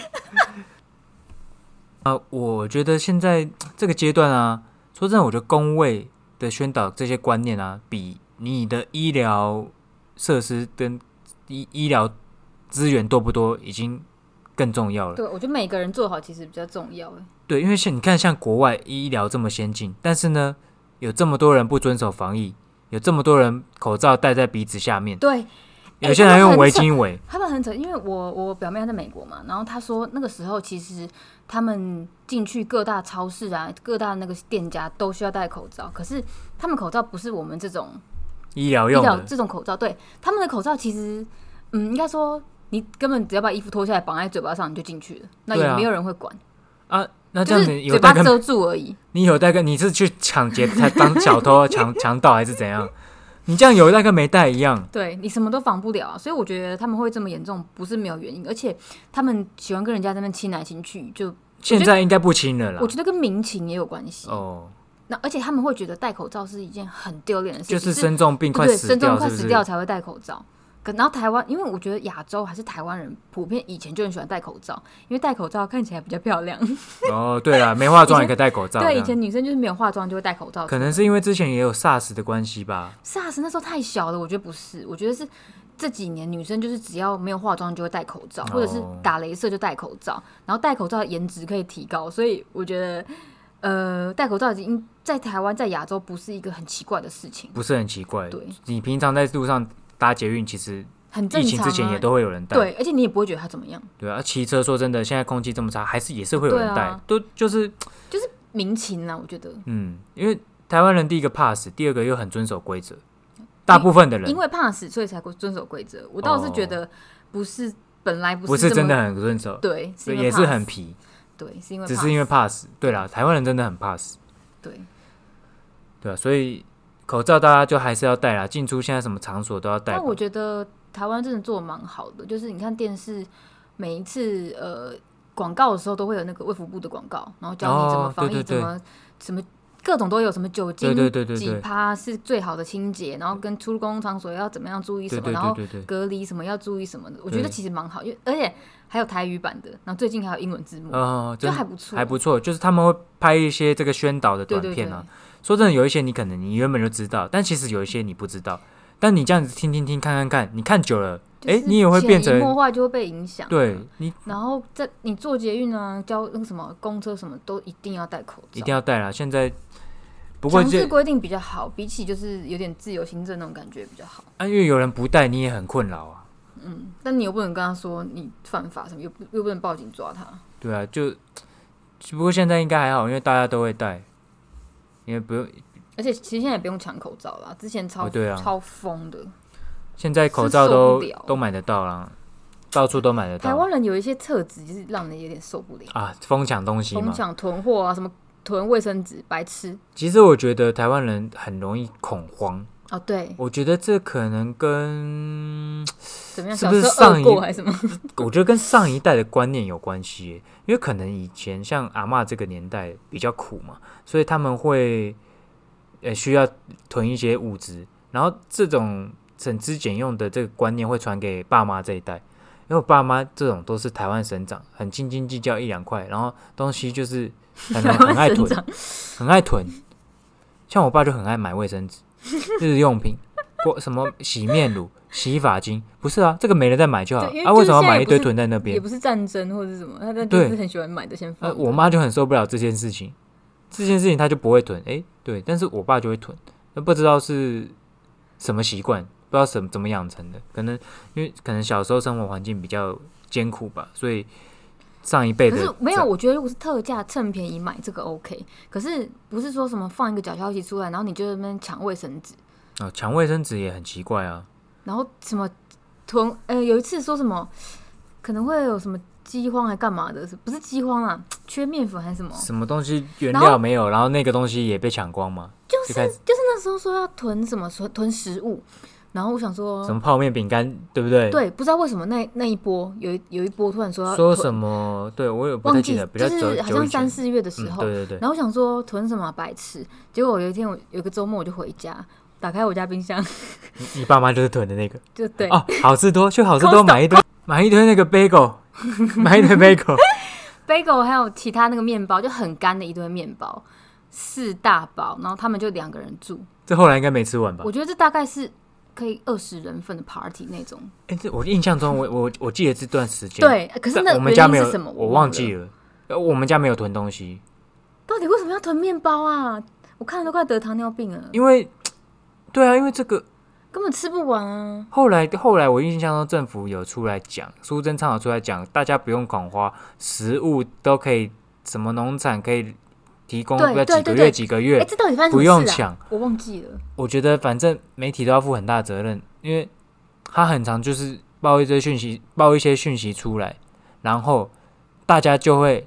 Speaker 1: 啊，我觉得现在这个阶段啊，说真的，我觉得工位的宣导这些观念啊，比你的医疗设施跟医医疗资源多不多，已经更重要了。
Speaker 2: 对我觉得每个人做好其实比较重要。哎
Speaker 1: 对，因为像你看，像国外医疗这么先进，但是呢，有这么多人不遵守防疫，有这么多人口罩戴在鼻子下面，
Speaker 2: 对哎
Speaker 1: 有些人
Speaker 2: 他们
Speaker 1: 用
Speaker 2: 很
Speaker 1: 围
Speaker 2: 扯
Speaker 1: 巾围，
Speaker 2: 他们很扯，因为我我表妹她在美国嘛，然后她说那个时候其实他们进去各大超市啊、各大那个店家都需要戴口罩，可是他们口罩不是我们这种
Speaker 1: 医疗
Speaker 2: 医
Speaker 1: 用
Speaker 2: 疗
Speaker 1: 的，
Speaker 2: 这种口罩，对他们的口罩其实，嗯，应该说你根本只要把衣服脱下来绑在嘴巴上，你就进去了，那
Speaker 1: 对啊
Speaker 2: 也没有人会管，
Speaker 1: 啊。那这
Speaker 2: 就
Speaker 1: 样子
Speaker 2: 是
Speaker 1: 有
Speaker 2: 嘴
Speaker 1: 戴
Speaker 2: 巴
Speaker 1: 跟
Speaker 2: 遮住而已。
Speaker 1: 你有带个？你是去抢劫才当小 偷、强强盗还是怎样？你这样有带跟没带一样。
Speaker 2: 对你什么都防不了啊，所以我觉得他们会这么严重，不是没有原因，而且他们喜欢跟人家在那边亲来亲去，就
Speaker 1: 现在应该不亲了啦
Speaker 2: 我。觉得跟民情也有关系。
Speaker 1: 哦，
Speaker 2: 那而且他们会觉得戴口罩是一件很丢脸的事情，
Speaker 1: 就是生重病快
Speaker 2: 对
Speaker 1: 死
Speaker 2: 生重
Speaker 1: 掉，
Speaker 2: 快
Speaker 1: 是不
Speaker 2: 死
Speaker 1: 是？
Speaker 2: 掉才会戴口罩。可然后台湾，因为我觉得亚洲还是台湾人普遍以前就很喜欢戴口罩，因为戴口罩看起来比较漂亮。
Speaker 1: 哦，对了，没化妆
Speaker 2: 以前
Speaker 1: 也可以戴口罩。
Speaker 2: 对，
Speaker 1: 这
Speaker 2: 以
Speaker 1: 样
Speaker 2: 前女生就是没有化妆就会戴口罩。
Speaker 1: 可能是因为之前也有 SARS 的关系吧。
Speaker 2: SARS 那时候太小了，我觉得不是，我觉得是这几年女生就是只要没有化妆就会戴口罩，或者是
Speaker 1: 哦
Speaker 2: 打镭射就戴口罩，然后戴口罩颜值可以提高，所以我觉得呃戴口罩已经在台湾在亚洲不是一个很奇怪的事情，
Speaker 1: 不是很奇怪。
Speaker 2: 对，
Speaker 1: 你平常在路上搭捷运，其实
Speaker 2: 很正
Speaker 1: 疫
Speaker 2: 常、
Speaker 1: 情
Speaker 2: 啊。
Speaker 1: 之前也都会有人戴。
Speaker 2: 对，而且你也不会觉得它怎么样，
Speaker 1: 对啊，骑车说真的，现在空气这么差，还是也是会有人
Speaker 2: 对
Speaker 1: 戴
Speaker 2: 啊。
Speaker 1: 都就是
Speaker 2: 民情啊，我觉得。
Speaker 1: 嗯，因为台湾人第一个怕死，第二个又很遵守规则，大部分的人哦
Speaker 2: 因为怕死，所以才遵守规则。我倒是觉得不是、本来不
Speaker 1: 不
Speaker 2: 是
Speaker 1: 是
Speaker 2: 这
Speaker 1: 真
Speaker 2: 么
Speaker 1: 的很遵守，
Speaker 2: 对，是因为
Speaker 1: 也
Speaker 2: 怕
Speaker 1: 是
Speaker 2: 死
Speaker 1: 很皮，
Speaker 2: 对，是因为
Speaker 1: 只
Speaker 2: 怕
Speaker 1: 是因为
Speaker 2: 死
Speaker 1: 怕死。对啦，台湾人真的很怕死，
Speaker 2: 对
Speaker 1: 对啊，所以口罩大家就还是要戴啦，进出现在什么场所都要戴吧
Speaker 2: 但。我觉得台湾真的做的蛮好的，就是你看电视每一次呃广告的时候，都会有那个卫福部的广告，然后教你怎么
Speaker 1: 哦
Speaker 2: 防疫，
Speaker 1: 对对对
Speaker 2: 怎么什么各种都有，什么酒精
Speaker 1: 对对对对
Speaker 2: 几
Speaker 1: 对，
Speaker 2: 趴是最好的清洁，然后跟出公共场所要怎么样注意
Speaker 1: 对
Speaker 2: 什么，
Speaker 1: 对
Speaker 2: 然
Speaker 1: 对
Speaker 2: 后
Speaker 1: 对对，
Speaker 2: 隔离什么要注意什么的，我觉得
Speaker 1: 对
Speaker 2: 其实蛮好，因为而且还有台语版的，然后最近还有英文字幕，
Speaker 1: 哦，
Speaker 2: 就
Speaker 1: 真
Speaker 2: 还不错，
Speaker 1: 还不错，就是他们会拍一些这个宣导的
Speaker 2: 对
Speaker 1: 短
Speaker 2: 对
Speaker 1: 片
Speaker 2: 对
Speaker 1: 啊。说真的，有一些你可能你原本就知道，但其实有一些你不知道。但你这样子听听听看看看，你看久了，
Speaker 2: 就
Speaker 1: 哎、
Speaker 2: 是
Speaker 1: 你也会变
Speaker 2: 潜移默
Speaker 1: 成
Speaker 2: 化就会被影响。
Speaker 1: 对你
Speaker 2: 然后在你坐捷运啊、交那个什么公车什么，都一定要戴口
Speaker 1: 一
Speaker 2: 罩
Speaker 1: 定。要戴啦。现在不过
Speaker 2: 强制
Speaker 1: 这
Speaker 2: 规定比较好，比起就是有点自由行政那种感觉比较好。
Speaker 1: 啊，因为有人不戴，你也很困扰啊。
Speaker 2: 嗯，但你又不能跟他说你犯法什么，又不又不能报警抓他。
Speaker 1: 对啊，就只不过现在应该还好，因为大家都会戴，因为不用
Speaker 2: 而且其实现在也不用抢口罩啦，之前超、
Speaker 1: 哦对啊
Speaker 2: 超疯的。
Speaker 1: 现在口罩都
Speaker 2: 是受不了
Speaker 1: 都买得到啦，到处都买得
Speaker 2: 台
Speaker 1: 到
Speaker 2: 湾人有一些特质，就是让人有点受不了，
Speaker 1: 啊，疯抢东西
Speaker 2: 疯
Speaker 1: 嘛。
Speaker 2: 抢囤货啊，什么囤卫生纸，白痴。
Speaker 1: 其实我觉得台湾人很容易恐慌，
Speaker 2: 哦，对，
Speaker 1: 我觉得这可能跟
Speaker 2: 怎么样？
Speaker 1: 是不是
Speaker 2: 小时候
Speaker 1: 上
Speaker 2: 饿
Speaker 1: 一
Speaker 2: 过还是 什么？
Speaker 1: 我觉得跟上一代的观念有关系耶，因为可能以前像阿嬷这个年代比较苦嘛，所以他们会呃需要囤一些物资，然后这种省吃俭用的这个观念会传给爸妈这一代，因为我爸妈这种都是台湾省长，很斤斤计较一两块，然后东西就是很很爱囤，很爱囤。像我爸就很爱买卫 生纸、日用品、过什么洗面乳、洗发精，不是啊，这个没人再买就好
Speaker 2: 对因为
Speaker 1: 啊，
Speaker 2: 就是
Speaker 1: 为什么要
Speaker 2: 现在
Speaker 1: 买
Speaker 2: 也
Speaker 1: 一
Speaker 2: 不
Speaker 1: 堆
Speaker 2: 是
Speaker 1: 囤在那边
Speaker 2: 也？不是战争或者是什么，他他就是
Speaker 1: 对
Speaker 2: 很喜欢买的先放
Speaker 1: 呃，
Speaker 2: 着。
Speaker 1: 我妈就很受不了这件事情，这件事情她就不会囤，诶，对，但是我爸就会囤，那不知道是什么习惯，不知道什么怎么养成的，可能因为可能小时候生活环境比较艰苦吧，所以上一辈
Speaker 2: 可
Speaker 1: 的
Speaker 2: 是没有，
Speaker 1: 长
Speaker 2: 我觉得如果是特价趁便宜买这个 OK，可是不是说什么放一个假消息出来，然后你就在那边抢卫生纸，
Speaker 1: 啊，抢卫生纸也很奇怪啊，
Speaker 2: 然后什么囤呃有一次说什么可能会有什么饥荒还干嘛的，是不是饥荒啊，缺面粉还是什么，
Speaker 1: 什么东西原
Speaker 2: 然后
Speaker 1: 料没有，然后那个东西也被抢光嘛，
Speaker 2: 就是
Speaker 1: 就开
Speaker 2: 就是那时候说要囤什么囤囤食物，然后我想
Speaker 1: 什
Speaker 2: 说
Speaker 1: 么泡面、饼干，对不对？
Speaker 2: 对，不知道为什么那那一波有一有一波突然说要
Speaker 1: 说
Speaker 2: 囤
Speaker 1: 什么？对我也不太
Speaker 2: 忘
Speaker 1: 记
Speaker 2: 记
Speaker 1: 得，比
Speaker 2: 就
Speaker 1: 较久
Speaker 2: 是好
Speaker 1: 久
Speaker 2: 像
Speaker 1: 以
Speaker 2: 三
Speaker 1: 前，
Speaker 2: 四月的时
Speaker 1: 嗯，
Speaker 2: 候，
Speaker 1: 对对对，
Speaker 2: 然后我想说囤什么啊白痴，结果有一天我有个周末我就回家，打开我家冰箱，
Speaker 1: 你爸妈就是囤的那个。
Speaker 2: 就对，
Speaker 1: 哦，好事多去好事多买一堆买一堆那个 bagel，买一堆 bagel，
Speaker 2: bagel 还有其他那个面包，就很干的一堆面包，四大包，然后他们就两个人住，
Speaker 1: 这后来应该没吃完吧
Speaker 2: 我？觉得这大概是可以二十人份的 party 那种。
Speaker 1: 哎、这我印象中我我我记得这段时间，
Speaker 2: 对，可是
Speaker 1: 但
Speaker 2: 那
Speaker 1: 我们
Speaker 2: 原
Speaker 1: 家没
Speaker 2: 因
Speaker 1: 有
Speaker 2: 是什么？
Speaker 1: 我
Speaker 2: 忘
Speaker 1: 忘记
Speaker 2: 了。
Speaker 1: 了，呃我们家没有囤东西，
Speaker 2: 到底为什么要囤面包啊？我看了都快得糖尿病了，
Speaker 1: 因为对啊，因为这个
Speaker 2: 根本吃不完啊！
Speaker 1: 后来后来我印象中政府有出来讲，苏贞昌有出来讲，大家不用恐慌，食物都可以，什么农产可以提供
Speaker 2: 对
Speaker 1: 要几
Speaker 2: 对
Speaker 1: 个
Speaker 2: 对
Speaker 1: 月
Speaker 2: 对
Speaker 1: 几个
Speaker 2: 哎、
Speaker 1: 月，
Speaker 2: 这到底发生什
Speaker 1: 不
Speaker 2: 么事啊？
Speaker 1: 用啊抢。
Speaker 2: 我忘记了。
Speaker 1: 我觉得反正媒体都要负很大的责任，因为他很常就是爆一堆讯息，爆一些讯息出来，然后大家就会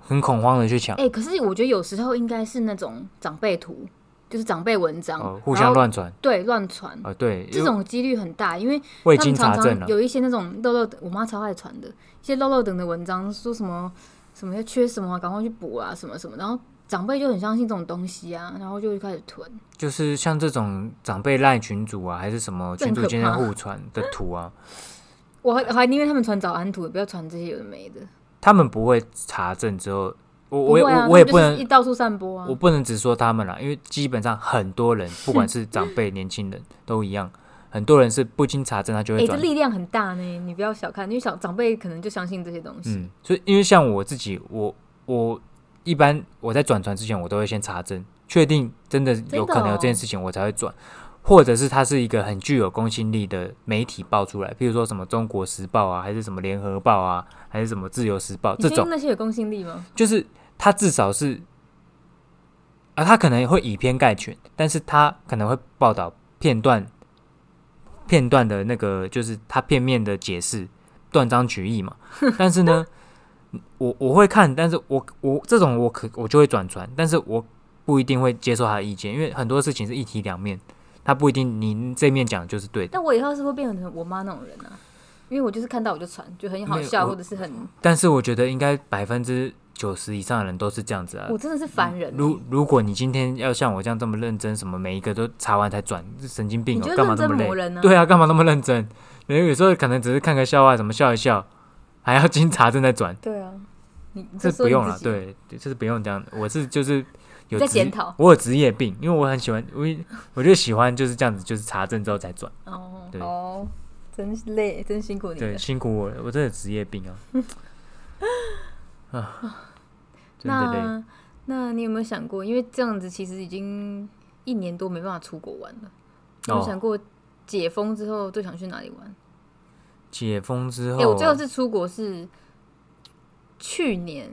Speaker 1: 很恐慌的去抢，
Speaker 2: 哎、可是我觉得有时候应该是那种长辈图，就是长辈文章，
Speaker 1: 哦，互
Speaker 2: 然
Speaker 1: 相
Speaker 2: 后
Speaker 1: 乱传，
Speaker 2: 对乱传，
Speaker 1: 哦，对，
Speaker 2: 这种几率很大，因为
Speaker 1: 未
Speaker 2: 他
Speaker 1: 经
Speaker 2: 们常
Speaker 1: 查证啊了
Speaker 2: 常，有一些那种漏漏等，我妈超爱传的一些漏漏等的文章，说什么什么要缺什么啊，赶快去补啊，什么什么，然后长辈就很相信这种东西啊，然后就会开始囤。
Speaker 1: 就是像这种长辈赖群主啊，还是什么
Speaker 2: 这
Speaker 1: 群
Speaker 2: 很
Speaker 1: 主
Speaker 2: 可
Speaker 1: 间的
Speaker 2: 怕
Speaker 1: 互传的图啊，
Speaker 2: 我还我还宁愿他们传早安图，也不要传这些有的没的。
Speaker 1: 他们不会查证之后，我
Speaker 2: 不
Speaker 1: 我
Speaker 2: 会
Speaker 1: 也
Speaker 2: 啊，
Speaker 1: 我我也不
Speaker 2: 他们就是
Speaker 1: 能
Speaker 2: 一到处散播啊
Speaker 1: 我。不能只说他们啦，因为基本上很多 人，不管是长辈、年轻人都一样，很多人是不经查证他就
Speaker 2: 哎、
Speaker 1: 会
Speaker 2: 这
Speaker 1: 转
Speaker 2: 力量很大呢，你不要小看，因为小长辈可能就相信这些东西。
Speaker 1: 嗯，所以因为像我自己，我我一般我在转传之前，我都会先查证，确定真的有可能有这件事情，我才会转，或者是它是一个很具有公信力的媒体爆出来，譬如说什么《中国时报》啊，还是什么《联合报》啊，还是什么《自由时报》
Speaker 2: 你
Speaker 1: 这
Speaker 2: 确定
Speaker 1: 种，
Speaker 2: 那些有公信力吗？
Speaker 1: 就是它至少是啊，它可能会以偏概全，但是它可能会报道片段。片段的那个就是他片面的解释，断章取义嘛。但是呢，我我会看，但是我我这种我可我就会转传，但是我不一定会接受他的意见，因为很多事情是一体两面，他不一定你这面讲就是对的。
Speaker 2: 但我以后是会变成我妈那种人啊，因为我就是看到我就传，就很好
Speaker 1: 没有
Speaker 2: 笑，
Speaker 1: 我
Speaker 2: 或者是很
Speaker 1: 但是我觉得应该百分之九十以上的人都是这样子啊
Speaker 2: 我。真的是烦人欸、
Speaker 1: 如如果你今天要像我这样这么认真，什么每一个都查完才转，神经病
Speaker 2: 你
Speaker 1: 哦、
Speaker 2: 就
Speaker 1: 干嘛
Speaker 2: 认
Speaker 1: 那么
Speaker 2: 真磨
Speaker 1: 累？
Speaker 2: 人呢、
Speaker 1: 对啊，干嘛那么认真？人有时候可能只是看个笑话，什么笑一笑，还要经查正在 转。
Speaker 2: 对啊，你你
Speaker 1: 这
Speaker 2: 就说
Speaker 1: 不
Speaker 2: 你
Speaker 1: 用
Speaker 2: 自
Speaker 1: 了，
Speaker 2: 己，
Speaker 1: 对，这是不用这样的。我是就是有
Speaker 2: 在
Speaker 1: 职
Speaker 2: 检讨
Speaker 1: 我有职业病，因为我很喜欢，我我就喜欢就是这样子，就是查证之后再转。
Speaker 2: 哦
Speaker 1: 对
Speaker 2: 哦，真是累，真辛苦你
Speaker 1: 对，
Speaker 2: 了。
Speaker 1: 辛苦我了，我真的职业病 啊，啊，真的累。
Speaker 2: 那那你有没有想过，因为这样子其实已经一年多没办法出国玩了，你有没有
Speaker 1: 哦
Speaker 2: 想过解封之后最想去哪里玩？
Speaker 1: 解封之
Speaker 2: 哎、
Speaker 1: 后、啊
Speaker 2: 我最后一次出国是去年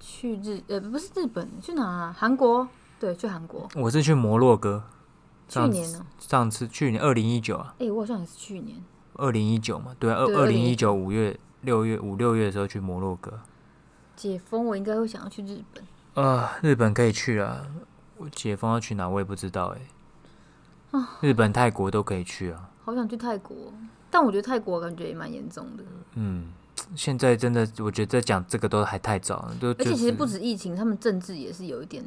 Speaker 2: 去日呃不是日本，去哪啊、韩国？对，去韩国。
Speaker 1: 我是去摩洛哥，
Speaker 2: 去
Speaker 1: 上
Speaker 2: 年呢、
Speaker 1: 上次去年二零一九啊，
Speaker 2: 哎、我好像也是去年。
Speaker 1: 二零一九嘛，对啊，二
Speaker 2: 对
Speaker 1: 二零一九五月六月五六月的时候去摩洛哥，
Speaker 2: 解封，我应该会想要去日本。
Speaker 1: 啊，日本可以去啊，我解封要去哪我也不知道哎、
Speaker 2: 啊
Speaker 1: 日本、泰国都可以去啊。
Speaker 2: 好想去泰国，哦但我觉得泰国感觉也蛮严重的，
Speaker 1: 嗯，现在真的，我觉得在讲这个都还太早了，都、
Speaker 2: 而
Speaker 1: 就
Speaker 2: 且
Speaker 1: 是、
Speaker 2: 其实不止疫情，他们政治也是有一点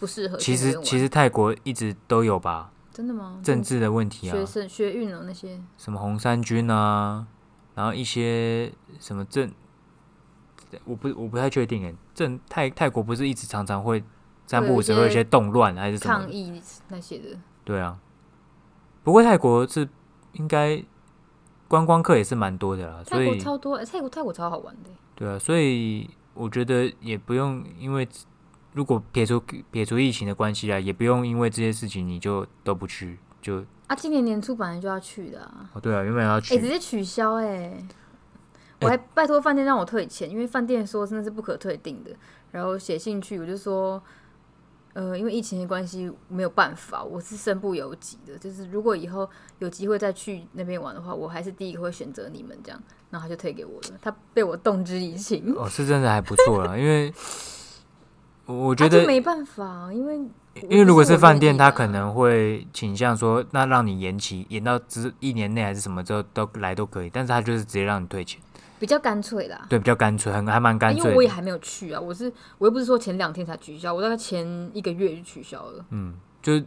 Speaker 2: 不适合
Speaker 1: 其
Speaker 2: 去那边
Speaker 1: 实
Speaker 2: 玩。
Speaker 1: 其实泰国一直都有吧，
Speaker 2: 真的吗？
Speaker 1: 政治的问题啊，
Speaker 2: 嗯学生学运哦了那些，
Speaker 1: 什么红三军啊，然后一些什么政，我不我不太确定诶，欸政泰泰国不是一直常常会三不五时
Speaker 2: 会
Speaker 1: 会
Speaker 2: 有一些
Speaker 1: 有一些动乱还是什么
Speaker 2: 抗
Speaker 1: 的？
Speaker 2: 议那些的，
Speaker 1: 对啊，不过泰国是应该观光客也是蛮多的啦，所
Speaker 2: 泰国
Speaker 1: 以
Speaker 2: 超多，欸泰国泰国超好玩的欸、
Speaker 1: 对啊，所以我觉得也不用因为如果撇除撇除疫情的关系啊，也不用因为这些事情你就都不去就
Speaker 2: 啊，今年年初本来就要去的、啊，
Speaker 1: 哦对啊，原本要去
Speaker 2: 哎、直接取消哎、我还拜托饭店让我退钱，因为饭店说真的是不可退订的。然后写信去，我就说，呃，因为疫情的关系没有办法，我是身不由己的。就是如果以后有机会再去那边玩的话，我还是第一个会选择你们这样。然后他就退给我了，他被我动之以情。
Speaker 1: 哦，是真的还不错啦，因为我我觉
Speaker 2: 啊
Speaker 1: 得
Speaker 2: 就，没办法，因为
Speaker 1: 因为如果是饭店，他
Speaker 2: 他
Speaker 1: 可能会倾向说，那让你延期，延到之一年内还是什么之后都来都可以，但是他就是直接让你退钱，
Speaker 2: 比较干脆啦。啊
Speaker 1: 对，比较干脆，很还蛮干
Speaker 2: 哎因
Speaker 1: 脆
Speaker 2: 为我也
Speaker 1: 的，
Speaker 2: 还没有去啊，我是我又不是说前两天才取消，我大概前一个月就取消了。
Speaker 1: 嗯，就是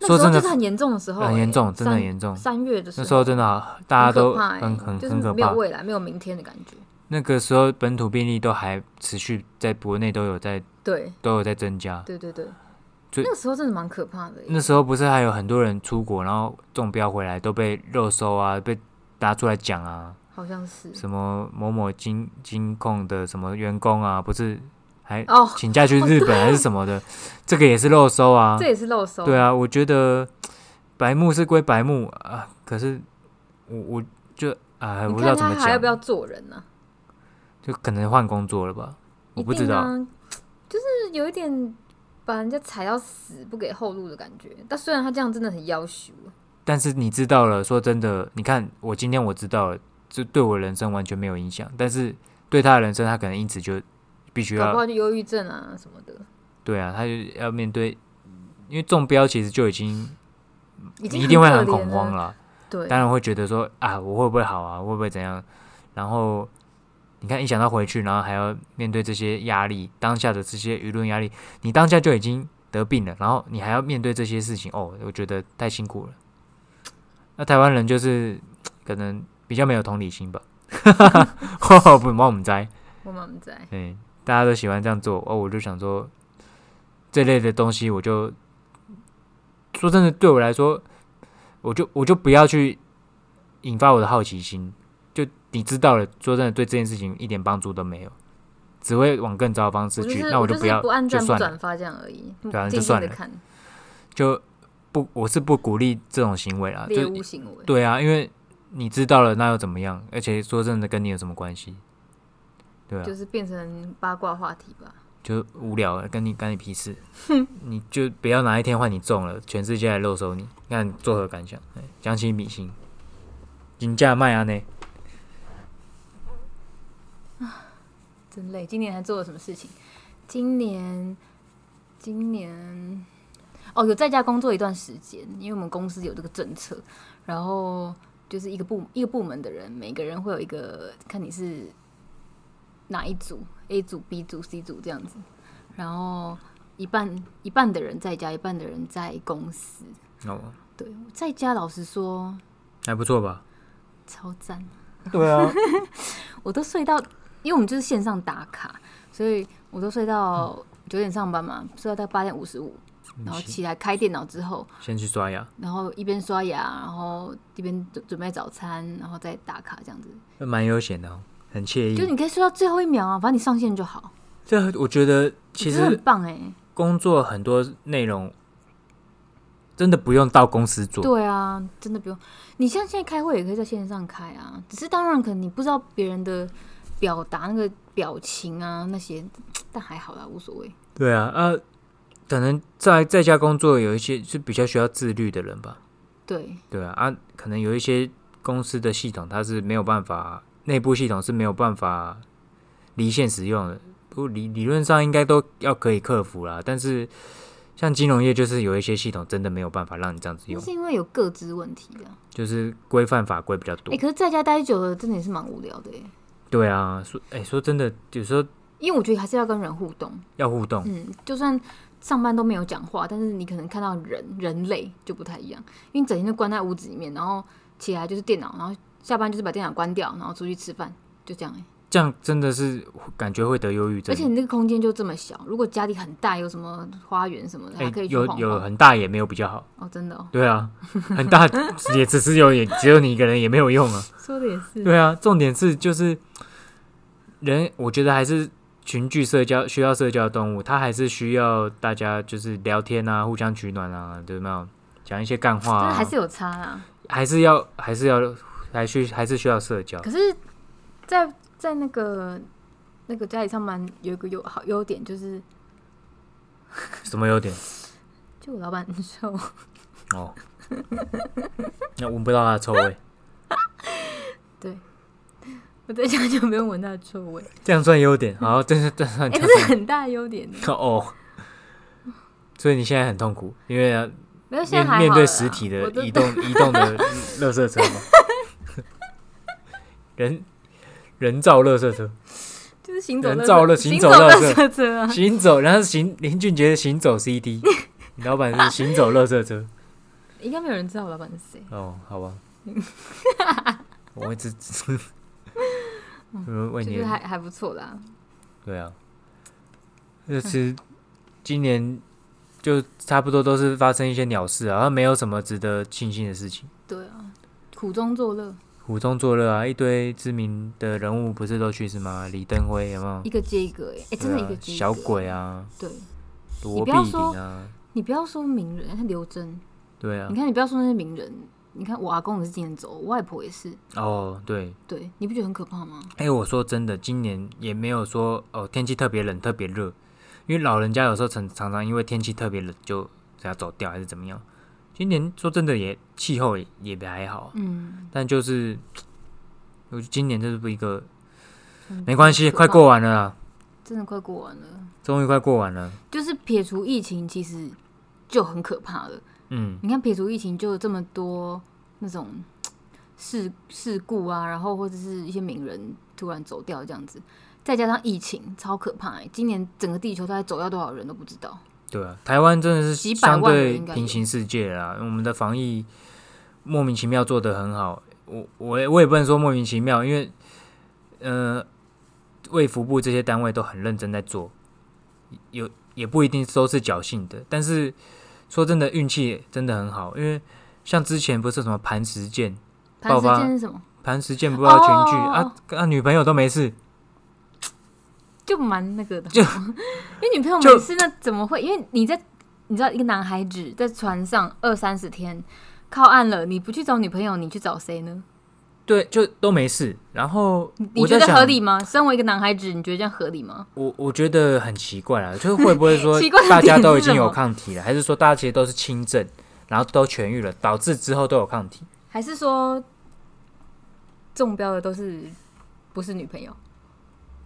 Speaker 2: 那
Speaker 1: 说
Speaker 2: 时候
Speaker 1: 真
Speaker 2: 就
Speaker 1: 的
Speaker 2: 是很严重的时候欸、
Speaker 1: 很严重，真的
Speaker 2: 三
Speaker 1: 很严重，
Speaker 2: 三月的时
Speaker 1: 那
Speaker 2: 候，
Speaker 1: 时候真的好大家都
Speaker 2: 很可怕欸
Speaker 1: 很很
Speaker 2: 就是
Speaker 1: 很可
Speaker 2: 没有
Speaker 1: 怕，
Speaker 2: 未来，没有明天的感觉。
Speaker 1: 那个时候本土病例都还持续在国内都有在
Speaker 2: 对
Speaker 1: 都有在增加，
Speaker 2: 对对对，
Speaker 1: 最
Speaker 2: 那个时候真的蛮可怕的欸、
Speaker 1: 那时候不是还有很多人出国然后中标回来都被热搜啊，被拿出来讲啊，
Speaker 2: 好像是
Speaker 1: 什么某某金金控的什么员工啊，不是还
Speaker 2: 哦，
Speaker 1: 请假去日本还是什 么的，这个也是漏收啊
Speaker 2: 这。也是漏收。
Speaker 1: 对啊，我觉得白目是归白目啊，可是我我就啊，我
Speaker 2: 你
Speaker 1: 不知道怎
Speaker 2: 看他
Speaker 1: 么
Speaker 2: 还要不
Speaker 1: 讲，
Speaker 2: 要做人呢、
Speaker 1: 就可能换工作了吧，
Speaker 2: 一
Speaker 1: 我不知
Speaker 2: 定
Speaker 1: 道。
Speaker 2: 啊，就是有一点把人家踩到死，不给后路的感觉。但虽然他这样真的很要啊求，
Speaker 1: 但是你知道了，说真的，你看我今天我知道了，这对我人生完全没有影响，但是对他的人生，他可能因此就必须
Speaker 2: 搞
Speaker 1: 要
Speaker 2: 不好就忧郁症啊什么的，
Speaker 1: 对啊，他就要面对，因为中标其实就已经
Speaker 2: 已经
Speaker 1: 你一定会
Speaker 2: 可
Speaker 1: 很
Speaker 2: 怜
Speaker 1: 恐慌
Speaker 2: 了。
Speaker 1: 啦，
Speaker 2: 对，
Speaker 1: 当然会觉得说啊，我会不会好啊，会不会怎样？然后你看，一想到回去，然后还要面对这些压力，当下的这些舆论压力，你当下就已经得病了，然后你还要面对这些事情，哦，我觉得太辛苦了。那台湾人就是可能比较没有同理心吧， 不，不，我们在，
Speaker 2: 我们在
Speaker 1: 嗯，大家都喜欢这样做，哦，我就想说这类的东西，我就说真的，对我来说，我就我就不要去引发我的好奇心，就你知道了，说真的，对这件事情一点帮助都没有，只会往更糟的方式
Speaker 2: 我就
Speaker 1: 去，
Speaker 2: 是
Speaker 1: 那
Speaker 2: 我
Speaker 1: 就
Speaker 2: 就是
Speaker 1: 要
Speaker 2: 不按
Speaker 1: 就
Speaker 2: 赞不
Speaker 1: 算了，
Speaker 2: 转发这样而已，
Speaker 1: 对啊就
Speaker 2: 静静
Speaker 1: 算
Speaker 2: 的
Speaker 1: 了
Speaker 2: 看
Speaker 1: 就不，我是不鼓励这种行为啦，
Speaker 2: 猎
Speaker 1: 就
Speaker 2: 物行为。
Speaker 1: 对啊，因为你知道了，那又怎么样？而且说真的，跟你有什么关系？对啊，
Speaker 2: 就是变成八卦话题吧。
Speaker 1: 就无聊了，跟你干你屁事，你就不要哪一天换你中了，全世界来肉搜你，看你作何感想？哎将心比心，金价卖啊呢？
Speaker 2: 真累，今年还做了什么事情？今年，今年，哦，有在家工作一段时间，因为我们公司有这个政策，然后就是一个部一个部门的人，每个人会有一个看你是哪一组，A 组、B 组、C 组这样子，然后一半一半的人在家，一半的人在公司。
Speaker 1: 哦，
Speaker 2: 对，在家老实说
Speaker 1: 还不错吧？
Speaker 2: 超赞，
Speaker 1: 对啊，
Speaker 2: 我都睡到，因为我们就是线上打卡，所以我都睡到九点上班嘛，睡到大概八点五十五， 然后起来开电脑之后，
Speaker 1: 嗯先去刷牙，
Speaker 2: 然后一边刷牙，然后一边准准备早餐，然后再打卡这样子，
Speaker 1: 那蛮悠闲的、哦，很惬
Speaker 2: 就是
Speaker 1: 意。
Speaker 2: 你可以睡到最后一秒啊，反正你上线就好，
Speaker 1: 这我觉得其
Speaker 2: 我觉得很
Speaker 1: 实
Speaker 2: 棒哎、
Speaker 1: 工作很多内容真的不用到公司做，
Speaker 2: 对啊，真的不用。你像现在开会也可以在线上开啊，只是当然可能你不知道别人的表达那个表情啊那些，但还好啦，无所谓。
Speaker 1: 对啊，啊，可能在在家工作有一些是比较需要自律的人吧。
Speaker 2: 对，
Speaker 1: 对啊，啊，可能有一些公司的系统它是没有办法，内部系统是没有办法离线使用的。不过理理论上应该都要可以克服啦，但是像金融业就是有一些系统真的没有办法让你这样子
Speaker 2: 那
Speaker 1: 用，
Speaker 2: 是因为有各自问题啊。
Speaker 1: 就是规范法规比较
Speaker 2: 哎、
Speaker 1: 多。
Speaker 2: 可是在家待久了，真的也是蛮无聊的欸耶，
Speaker 1: 对啊，说哎、说真的，有时候
Speaker 2: 因为我觉得还是要跟人互动。
Speaker 1: 要互动，
Speaker 2: 嗯，就算上班都没有讲话，但是你可能看到人人类就不太一样，因为你整天都关在屋子里面，然后起来就是电脑，然后下班就是把电脑关掉，然后出去吃饭，就这样、欸。
Speaker 1: 这样真的是感觉会得忧郁症哎
Speaker 2: 而。且你那个空间就这么小，如果家里很大，有什么花园什么的，还可以去
Speaker 1: 欸有
Speaker 2: 晃晃。
Speaker 1: 有很大也没有比较好，
Speaker 2: 哦，真的哦，
Speaker 1: 对啊，很大 也只是有也只有你一个人也没有用啊。
Speaker 2: 说的也是。
Speaker 1: 对啊，重点是就是人，我觉得还是群聚社交需要社交的动物，它还是需要大家就是聊天啊，互相取暖啊，对吗？讲一些干话、啊，
Speaker 2: 但是还是有差啦。
Speaker 1: 还是要还是要还需还是需要社交。
Speaker 2: 可是在，在那个那个家里上班有一个优好优点，就是
Speaker 1: 什么优点？
Speaker 2: 就我老板很瘦，
Speaker 1: 哦， 那闻不到它的臭味，
Speaker 2: 我在家就不用闻他的臭味，
Speaker 1: 这样算优点？好，这是这算
Speaker 2: 哎、
Speaker 1: 这
Speaker 2: 这
Speaker 1: 样
Speaker 2: 是很大的优点呢。
Speaker 1: 算哦。所以你现在很痛苦，因为
Speaker 2: 没有，现在
Speaker 1: 面
Speaker 2: 还好
Speaker 1: 面对
Speaker 2: 了啦
Speaker 1: 实体的
Speaker 2: 我都
Speaker 1: 移动移动的垃圾车吗？ 人人造垃圾 车，
Speaker 2: 就是行走
Speaker 1: 人
Speaker 2: 垃圾
Speaker 1: 造了行
Speaker 2: 行
Speaker 1: 走垃
Speaker 2: 垃
Speaker 1: 圾
Speaker 2: 圾车啊。
Speaker 1: 行走，然后行林俊杰的行走 CD，你老板是行走垃圾车
Speaker 2: 应该没有人知道我老板是谁。
Speaker 1: 哦，好 吧，我会只为
Speaker 2: 嗯就
Speaker 1: 你
Speaker 2: 是还还不错啦。
Speaker 1: 对啊，那其实今年就差不多都是发生一些鸟事啊，然后没有什么值得庆幸的事情。
Speaker 2: 对啊，苦中作乐，
Speaker 1: 苦中作乐啊，一堆知名的人物不是都去是吗？李登辉有没有
Speaker 2: 一？个接一个、欸，哎、真的一个
Speaker 1: 对啊
Speaker 2: 接一个、
Speaker 1: 小鬼啊，
Speaker 2: 对
Speaker 1: 罗
Speaker 2: 不
Speaker 1: 碧
Speaker 2: 要
Speaker 1: 玲
Speaker 2: 说
Speaker 1: 啊，
Speaker 2: 你不要说名人，像刘真，
Speaker 1: 对啊
Speaker 2: 你，看你不要说那些名人，你看我阿公也是今年走，我外婆也是，
Speaker 1: 哦对，
Speaker 2: 对，你不觉得很可怕吗？
Speaker 1: 哎、我说真的，今年也没有说哦天气特别冷特别热，因为老人家有时候常常常因为天气特别冷就要走掉还是怎么样。今年说真的也气候也也还好啊，
Speaker 2: 嗯，
Speaker 1: 但就是，我觉得今年这是一个
Speaker 2: 嗯
Speaker 1: 没关系，快过，完了啦，
Speaker 2: 真的快过完了。
Speaker 1: 终于快过完了。
Speaker 2: 就是撇除疫情，其实就很可怕了。
Speaker 1: 嗯，
Speaker 2: 你看，撇除疫情，就有这么多那种事事故啊，然后或者是一些名人突然走掉这样子，再加上疫情，超可怕、欸。今年整个地球大概走掉多少人都不知道。
Speaker 1: 对啊，台湾真的是
Speaker 2: 几百
Speaker 1: 相
Speaker 2: 万人
Speaker 1: 对
Speaker 2: 应该有
Speaker 1: 平行世界啦，我们的防疫莫名其妙做得很好。我我也我也不能说莫名其妙，因为呃，卫福部这些单位都很认真在做，有也不一定都是侥幸的，但是说真的，运气真的很好，因为像之前不是什么磐石舰，
Speaker 2: 潘
Speaker 1: 爆
Speaker 2: 石
Speaker 1: 发
Speaker 2: 坚是什么？
Speaker 1: 磐石舰不知道全剧、
Speaker 2: 哦
Speaker 1: 啊啊，女朋友都没事，
Speaker 2: 就蛮那个的，
Speaker 1: 就
Speaker 2: 因为女朋友
Speaker 1: 就
Speaker 2: 每次那怎么会？因为你在你知道一个男孩子在船上二三十天靠岸了，你不去找女朋友，你去找谁呢？
Speaker 1: 对，就都没事。然后
Speaker 2: 你
Speaker 1: 我
Speaker 2: 觉
Speaker 1: 在
Speaker 2: 得
Speaker 1: 想，
Speaker 2: 合理吗？身为一个男孩子，你觉得这样合理吗？
Speaker 1: 我我觉得很奇怪啊，就是会不会说
Speaker 2: 奇怪的
Speaker 1: 大家
Speaker 2: 点
Speaker 1: 都已
Speaker 2: 是
Speaker 1: 经
Speaker 2: 什
Speaker 1: 有
Speaker 2: 么
Speaker 1: 抗体了，还是说大家其实都是轻症，然后都痊愈了，导致之后都有抗体？
Speaker 2: 还是说中标的都是不是女朋友？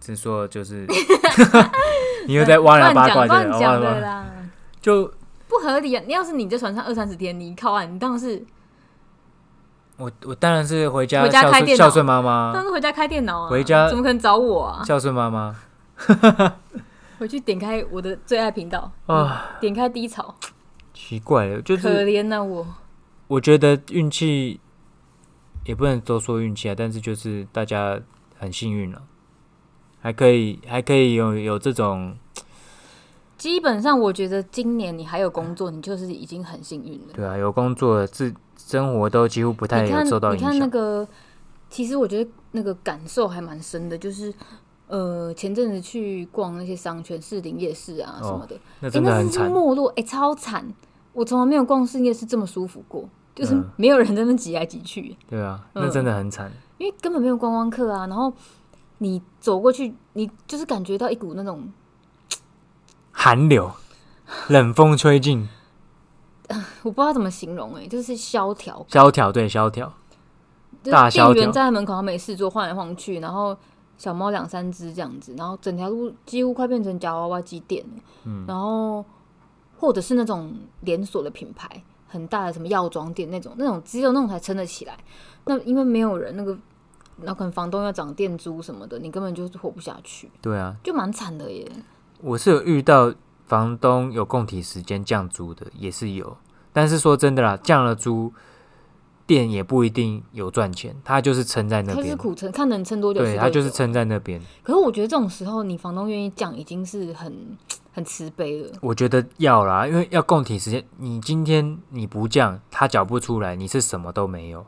Speaker 1: 是说就是， 你又在挖人
Speaker 2: 乱
Speaker 1: 家八卦
Speaker 2: 讲
Speaker 1: 就
Speaker 2: 乱
Speaker 1: 挖
Speaker 2: 讲
Speaker 1: 人
Speaker 2: 的
Speaker 1: 八卦
Speaker 2: 啦，
Speaker 1: 就
Speaker 2: 不合理啊！你要是你在船上二三十天，你靠岸，你当然是
Speaker 1: 我我当然是回家
Speaker 2: 回家
Speaker 1: 孝
Speaker 2: 开
Speaker 1: 顺
Speaker 2: 电
Speaker 1: 孝
Speaker 2: 脑
Speaker 1: 顺妈
Speaker 2: 当然
Speaker 1: 妈，
Speaker 2: 是回家开电脑啊，
Speaker 1: 回家
Speaker 2: 怎么可能找我啊？
Speaker 1: 孝顺妈妈
Speaker 2: 回去点开我的最爱频道，
Speaker 1: 啊，
Speaker 2: 点开低潮，
Speaker 1: 奇怪了，就
Speaker 2: 可
Speaker 1: 是
Speaker 2: 怜呐我。
Speaker 1: 我觉得运气也不能都说运气啊，但是就是大家很幸运了，还可以还可以有有这种。
Speaker 2: 基本上，我觉得今年你还有工作，你就是已经很幸运了。
Speaker 1: 对啊，有工作了，自生活都几乎不太
Speaker 2: 你
Speaker 1: 有
Speaker 2: 看
Speaker 1: 受到，
Speaker 2: 你
Speaker 1: 影响。
Speaker 2: 看那个，其实我觉得那个感受还蛮深的，就是呃，前阵子去逛那些商圈、士林夜市啊
Speaker 1: 哦
Speaker 2: 什么的，
Speaker 1: 那
Speaker 2: 哎、
Speaker 1: 真的
Speaker 2: 那
Speaker 1: 很
Speaker 2: 真是
Speaker 1: 惨，
Speaker 2: 没落，哎、超惨！我从来没有逛士林夜市这么舒服过，就是
Speaker 1: 嗯
Speaker 2: 没有人在那边挤来挤去，
Speaker 1: 对啊，
Speaker 2: 嗯
Speaker 1: 那真的很惨。
Speaker 2: 因为根本没有观光客啊。然后你走过去，你就是感觉到一股那种
Speaker 1: 寒流，冷风吹进，
Speaker 2: 我不知道怎么形容、哎，就是萧条感。
Speaker 1: 萧条，对，萧条，
Speaker 2: 就
Speaker 1: 大
Speaker 2: 是
Speaker 1: 萧
Speaker 2: 店员
Speaker 1: 条
Speaker 2: 站在门口，他没事做，晃来晃去，然后小猫两三只这样子，然后整条路几乎快变成夹娃娃机店了。嗯，然后或者是那种连锁的品牌，很大的什么药妆店那种，那种只有那种才撑得起来。那因为没有人，那个那可能房东要涨店租什么的，你根本就是活不下去，
Speaker 1: 对啊，
Speaker 2: 就蛮惨的耶。
Speaker 1: 我是有遇到房东有供体时间降租的也是有，但是说真的啦，降了租，店也不一定有赚钱，他就是撑在那
Speaker 2: 他就是
Speaker 1: 边，
Speaker 2: 苦撑，看能撑多久。
Speaker 1: 对他就是。撑在那边。
Speaker 2: 可是我觉得这种时候，你房东愿意降，已经是很很慈悲了。
Speaker 1: 我觉得要啦，因为要供体时间，你今天你不降，他缴不出来，你是什么都没有。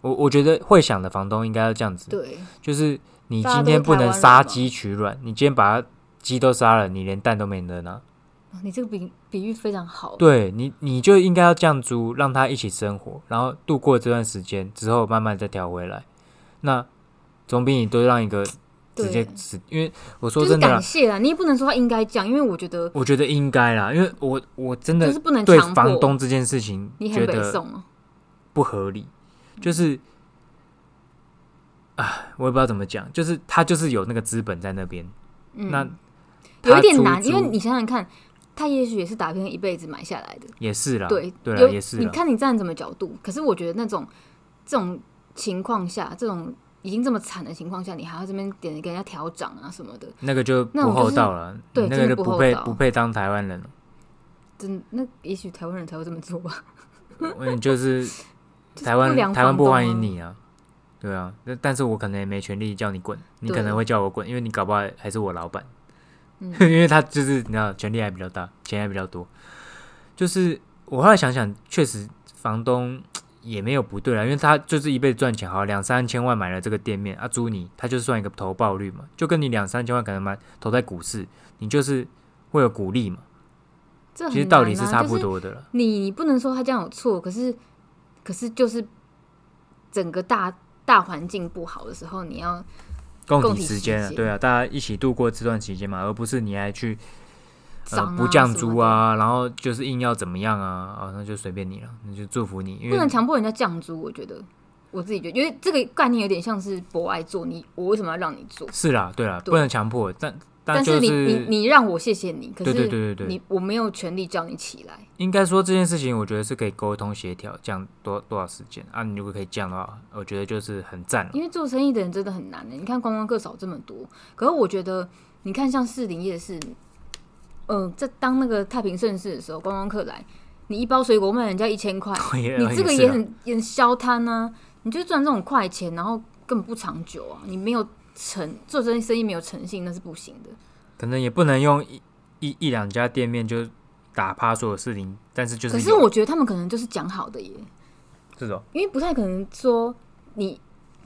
Speaker 1: 我我觉得会想的房东应该要这样子，
Speaker 2: 对，
Speaker 1: 就是你
Speaker 2: 大家
Speaker 1: 今
Speaker 2: 都是
Speaker 1: 天不
Speaker 2: 台湾
Speaker 1: 能
Speaker 2: 人
Speaker 1: 杀
Speaker 2: 嘛
Speaker 1: 鸡取卵，你今天把它鸡都杀了，你连蛋都没得拿。
Speaker 2: 哦你这个比比喻非常好。
Speaker 1: 对你，你就应该要降租，让他一起生活，然后度过这段时间之后，慢慢再调回来。那总比你多让一个直接
Speaker 2: 对
Speaker 1: 死，因为我说
Speaker 2: 就是
Speaker 1: 真的啦
Speaker 2: 感，谢啦，你也不能说他应该降，因为我觉得
Speaker 1: 我觉得应该啦，因为我我真
Speaker 2: 就
Speaker 1: 的
Speaker 2: 是不能
Speaker 1: 对
Speaker 2: 强
Speaker 1: 房
Speaker 2: 迫。
Speaker 1: 东这件事情
Speaker 2: 你
Speaker 1: 觉
Speaker 2: 很北
Speaker 1: 得
Speaker 2: 宋嗯啊，
Speaker 1: 不合理，就是啊，我也不知道怎么讲，就是他就是有那个资本在那边，
Speaker 2: 嗯，
Speaker 1: 那
Speaker 2: 有
Speaker 1: 他
Speaker 2: 一点
Speaker 1: 出
Speaker 2: 难，因为
Speaker 1: 租
Speaker 2: 你想想看，他也许也是打拼了一辈子买下来的。
Speaker 1: 也是啦，
Speaker 2: 对
Speaker 1: 对啦，
Speaker 2: 有
Speaker 1: 也是啊
Speaker 2: 你
Speaker 1: 啦，
Speaker 2: 看你站什么角度？可是我觉得那种这种情况下，这种已经这么惨的情况下，你还要这边点给人家调涨啊什么的，
Speaker 1: 那个就
Speaker 2: 那
Speaker 1: 不
Speaker 2: 种就
Speaker 1: 厚
Speaker 2: 是
Speaker 1: 道了，
Speaker 2: 对
Speaker 1: 你那
Speaker 2: 真
Speaker 1: 个
Speaker 2: 的
Speaker 1: 就不
Speaker 2: 不厚
Speaker 1: 配
Speaker 2: 道
Speaker 1: 不配当台湾人了。
Speaker 2: 真那也许台湾人才会这么做啊吧。
Speaker 1: 嗯，就是
Speaker 2: 就是
Speaker 1: 台
Speaker 2: 不
Speaker 1: 湾
Speaker 2: 良
Speaker 1: 台湾
Speaker 2: 房
Speaker 1: 不
Speaker 2: 东
Speaker 1: 欢迎
Speaker 2: 啊
Speaker 1: 你啊，对啊，那但是我可能也没权利叫你滚，你可
Speaker 2: 对
Speaker 1: 能会叫我滚，因为你搞不好还是我老板，
Speaker 2: 嗯
Speaker 1: 因为他就是你知道权力还比较大，钱还比较多，就是我后来想想，确实房东也没有不对啊，因为他就是一辈子赚钱，好两三千万买了这个店面啊，租你他就算一个投报率嘛，就跟你两三千万可能买投在股市，你就是会有股利嘛，
Speaker 2: 这很
Speaker 1: 其实道理
Speaker 2: 难
Speaker 1: 是
Speaker 2: 啊
Speaker 1: 差不。
Speaker 2: 就是
Speaker 1: 多的了。
Speaker 2: 你你不能说他这样有错，可是可是就是整个大大环境不好的时候，你要
Speaker 1: 共
Speaker 2: 共
Speaker 1: 体
Speaker 2: 体
Speaker 1: 时
Speaker 2: 时
Speaker 1: 间啊，
Speaker 2: 间
Speaker 1: 对啊，大家一起度过这段期间嘛，而不是你还去、呃
Speaker 2: 涨、啊
Speaker 1: 不降
Speaker 2: 什么
Speaker 1: 租
Speaker 2: 的，
Speaker 1: 啊，然后就是硬要怎么样啊，啊那就随便你了，那就祝福你，因
Speaker 2: 不能
Speaker 1: 为
Speaker 2: 强迫人家降租。我觉得我自己觉得，因为这个概念有点像是博爱做，你我为什么要让你做？
Speaker 1: 是啦，对啦，
Speaker 2: 对
Speaker 1: 不能强迫，但
Speaker 2: 但
Speaker 1: 就是
Speaker 2: 你你你让我谢谢你，可
Speaker 1: 对
Speaker 2: 是
Speaker 1: 对对对对，
Speaker 2: 你我没有权利叫你起来。
Speaker 1: 应该说这件事情，我觉得是可以沟通协调，降多多少时间啊？你如果可以降的话，我觉得就是很赞了。
Speaker 2: 因为做生意的人真的很难的。你看观光客少这么多，可是我觉得，你看像士林夜市，嗯、在当那个太平盛世的时候，观光客来，你一包水果卖人家一千块，
Speaker 1: 啊也
Speaker 2: 你这个
Speaker 1: 是
Speaker 2: 也
Speaker 1: 啦
Speaker 2: 很也很消摊啊，你就赚这种快钱，然后根本不长久啊，你没有诚做生意生意没有诚信那是不行的。
Speaker 1: 可能也不能用一一一两家店面就打趴所有事情，但是就是
Speaker 2: 可是
Speaker 1: 有
Speaker 2: 我觉得他们可能就是讲好的耶，
Speaker 1: 这种
Speaker 2: 因为不太可能说你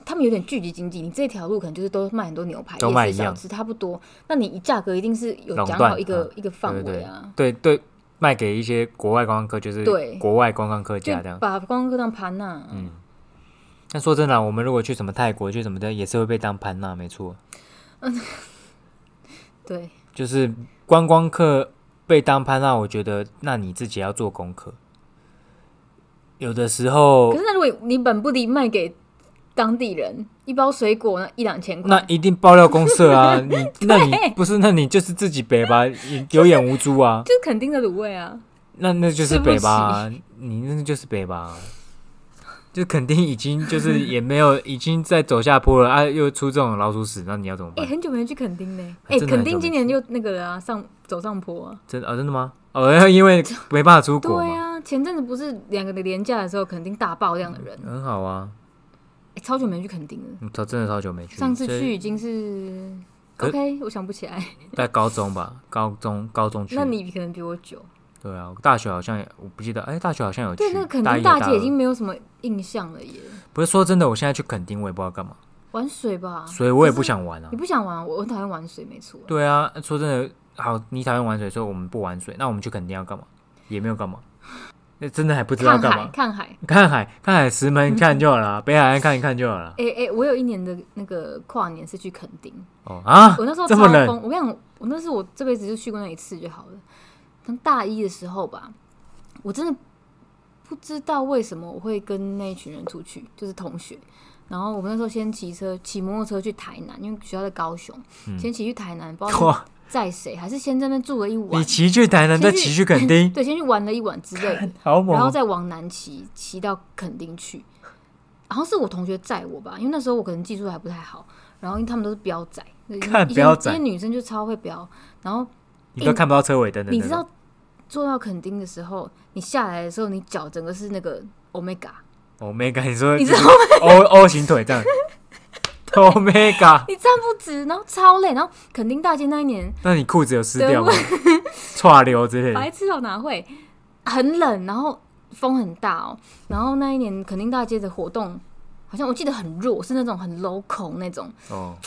Speaker 2: 他们有点聚集经济，你这条路可能就是都卖很多牛排，
Speaker 1: 都卖
Speaker 2: 夜市
Speaker 1: 一
Speaker 2: 小
Speaker 1: 样
Speaker 2: 吃差不多，那你价格一定是有
Speaker 1: 垄
Speaker 2: 讲
Speaker 1: 断
Speaker 2: 好一个、
Speaker 1: 嗯
Speaker 2: 一个范
Speaker 1: 对
Speaker 2: 围
Speaker 1: 对
Speaker 2: 啊，
Speaker 1: 对对，卖给一些国外观光客，就是
Speaker 2: 对
Speaker 1: 国外观光客家这
Speaker 2: 就
Speaker 1: 样。
Speaker 2: 把观光客当盘呐、
Speaker 1: 嗯但说真的啊、我们如果去什么泰国去什么的，也是会被当盘呐，没错，
Speaker 2: 对，
Speaker 1: 就是观光客被当潘娜，我觉得那你自己要做功课。有的时候
Speaker 2: 可是那如果你本不离卖给当地人一包水果呢一两千
Speaker 1: 那
Speaker 2: 块，
Speaker 1: 一定爆料公社啊，你 那你不是那你就是自己北吧，有有眼无珠啊，
Speaker 2: 就是肯定的卤味啊，
Speaker 1: 那那就是
Speaker 2: 吃不
Speaker 1: 北吧啊，你那就是北吧 啊，就肯定已经就是也没 有已经在走下坡了啊，又出这种老鼠屎，那你要怎么
Speaker 2: 哎、
Speaker 1: 办？
Speaker 2: 很久没去垦丁呢，
Speaker 1: 还
Speaker 2: 哎、
Speaker 1: 啊真的
Speaker 2: 垦
Speaker 1: 很久
Speaker 2: 丁
Speaker 1: 没
Speaker 2: 今年就那个了啊，上走上坡啊，
Speaker 1: 真啊、真的吗？哦， 因为没办法出国
Speaker 2: 对
Speaker 1: 嘛，
Speaker 2: 啊，前阵子不是两个的廉价的时候，垦丁大爆量的人，
Speaker 1: 很好啊。
Speaker 2: 哎超久没去垦丁了。
Speaker 1: 嗯超真的超久没去，
Speaker 2: 上次
Speaker 1: 所以
Speaker 2: 去已经是
Speaker 1: 可
Speaker 2: OK，我想不起来。
Speaker 1: 在高中吧，高中高中去。
Speaker 2: 那你可能比我久。
Speaker 1: 对啊，大学好像也我不记得，哎、大学好像有去。
Speaker 2: 对，那个垦
Speaker 1: 大一
Speaker 2: 丁
Speaker 1: 大
Speaker 2: 大姐已经
Speaker 1: 二
Speaker 2: 没有什么印象了耶。
Speaker 1: 不是说真的，我现在去垦丁我也不知道干嘛，
Speaker 2: 玩水吧，
Speaker 1: 所以我也
Speaker 2: 可是
Speaker 1: 不想玩啊
Speaker 2: 你。不想玩，我我很讨厌玩水，没错。
Speaker 1: 对啊，说真的，好，你讨厌玩水，所以我们不玩水，那我们去垦丁要干嘛？也没有干嘛，那真的还不知道
Speaker 2: 看
Speaker 1: 干
Speaker 2: 海，
Speaker 1: 嘛。
Speaker 2: 看海。
Speaker 1: 看海，看海，石门看就好了啊，北海岸看一看就好了啊。
Speaker 2: 哎、哎、我有一年的那个跨年是去垦丁，
Speaker 1: 哦啊
Speaker 2: 我那时候
Speaker 1: 这
Speaker 2: 超
Speaker 1: 么冷
Speaker 2: 疯。我跟你讲，我那是我这辈子就去过那一次就好了。当大一的时候吧，我真的不知道为什么我会跟那一群人出去，就是同学。然后我们那时候先骑车，骑摩托车去台南，因为学校在高雄，先骑去台南，不知道
Speaker 1: 嗯 哇！
Speaker 2: 是载谁，还是先在那边住了一
Speaker 1: 你
Speaker 2: 晚，
Speaker 1: 骑去台南，再
Speaker 2: 先去
Speaker 1: 骑去垦丁，
Speaker 2: 对，先去玩了一晚之类的，
Speaker 1: 好
Speaker 2: 然
Speaker 1: 猛
Speaker 2: 后
Speaker 1: 哦！
Speaker 2: 再往南骑，骑到垦丁去。好像是我同学载我吧，因为那时候我可能技术还不太好，然后因为他们都是飙仔，
Speaker 1: 看
Speaker 2: 一些
Speaker 1: 飙仔
Speaker 2: 一些女生就超会飙，然后
Speaker 1: 你都看不到车尾灯的那
Speaker 2: 你
Speaker 1: 种。
Speaker 2: 知道坐到垦丁的时候，你下来的时候，你脚整个是那个 omega，
Speaker 1: omega，你说
Speaker 2: 你
Speaker 1: 就
Speaker 2: 知
Speaker 1: 是 O O 型腿这样，omega，
Speaker 2: 你站不直，然后超累，然后垦丁大街那一年，
Speaker 1: 那你裤子有湿掉吗？ 串流之类
Speaker 2: 白
Speaker 1: 的，
Speaker 2: 痴到哪会很冷，然后风很大哦，然后那一年垦丁大街的活动。好像我记得很弱，是那种很 local 那种，
Speaker 1: 哦，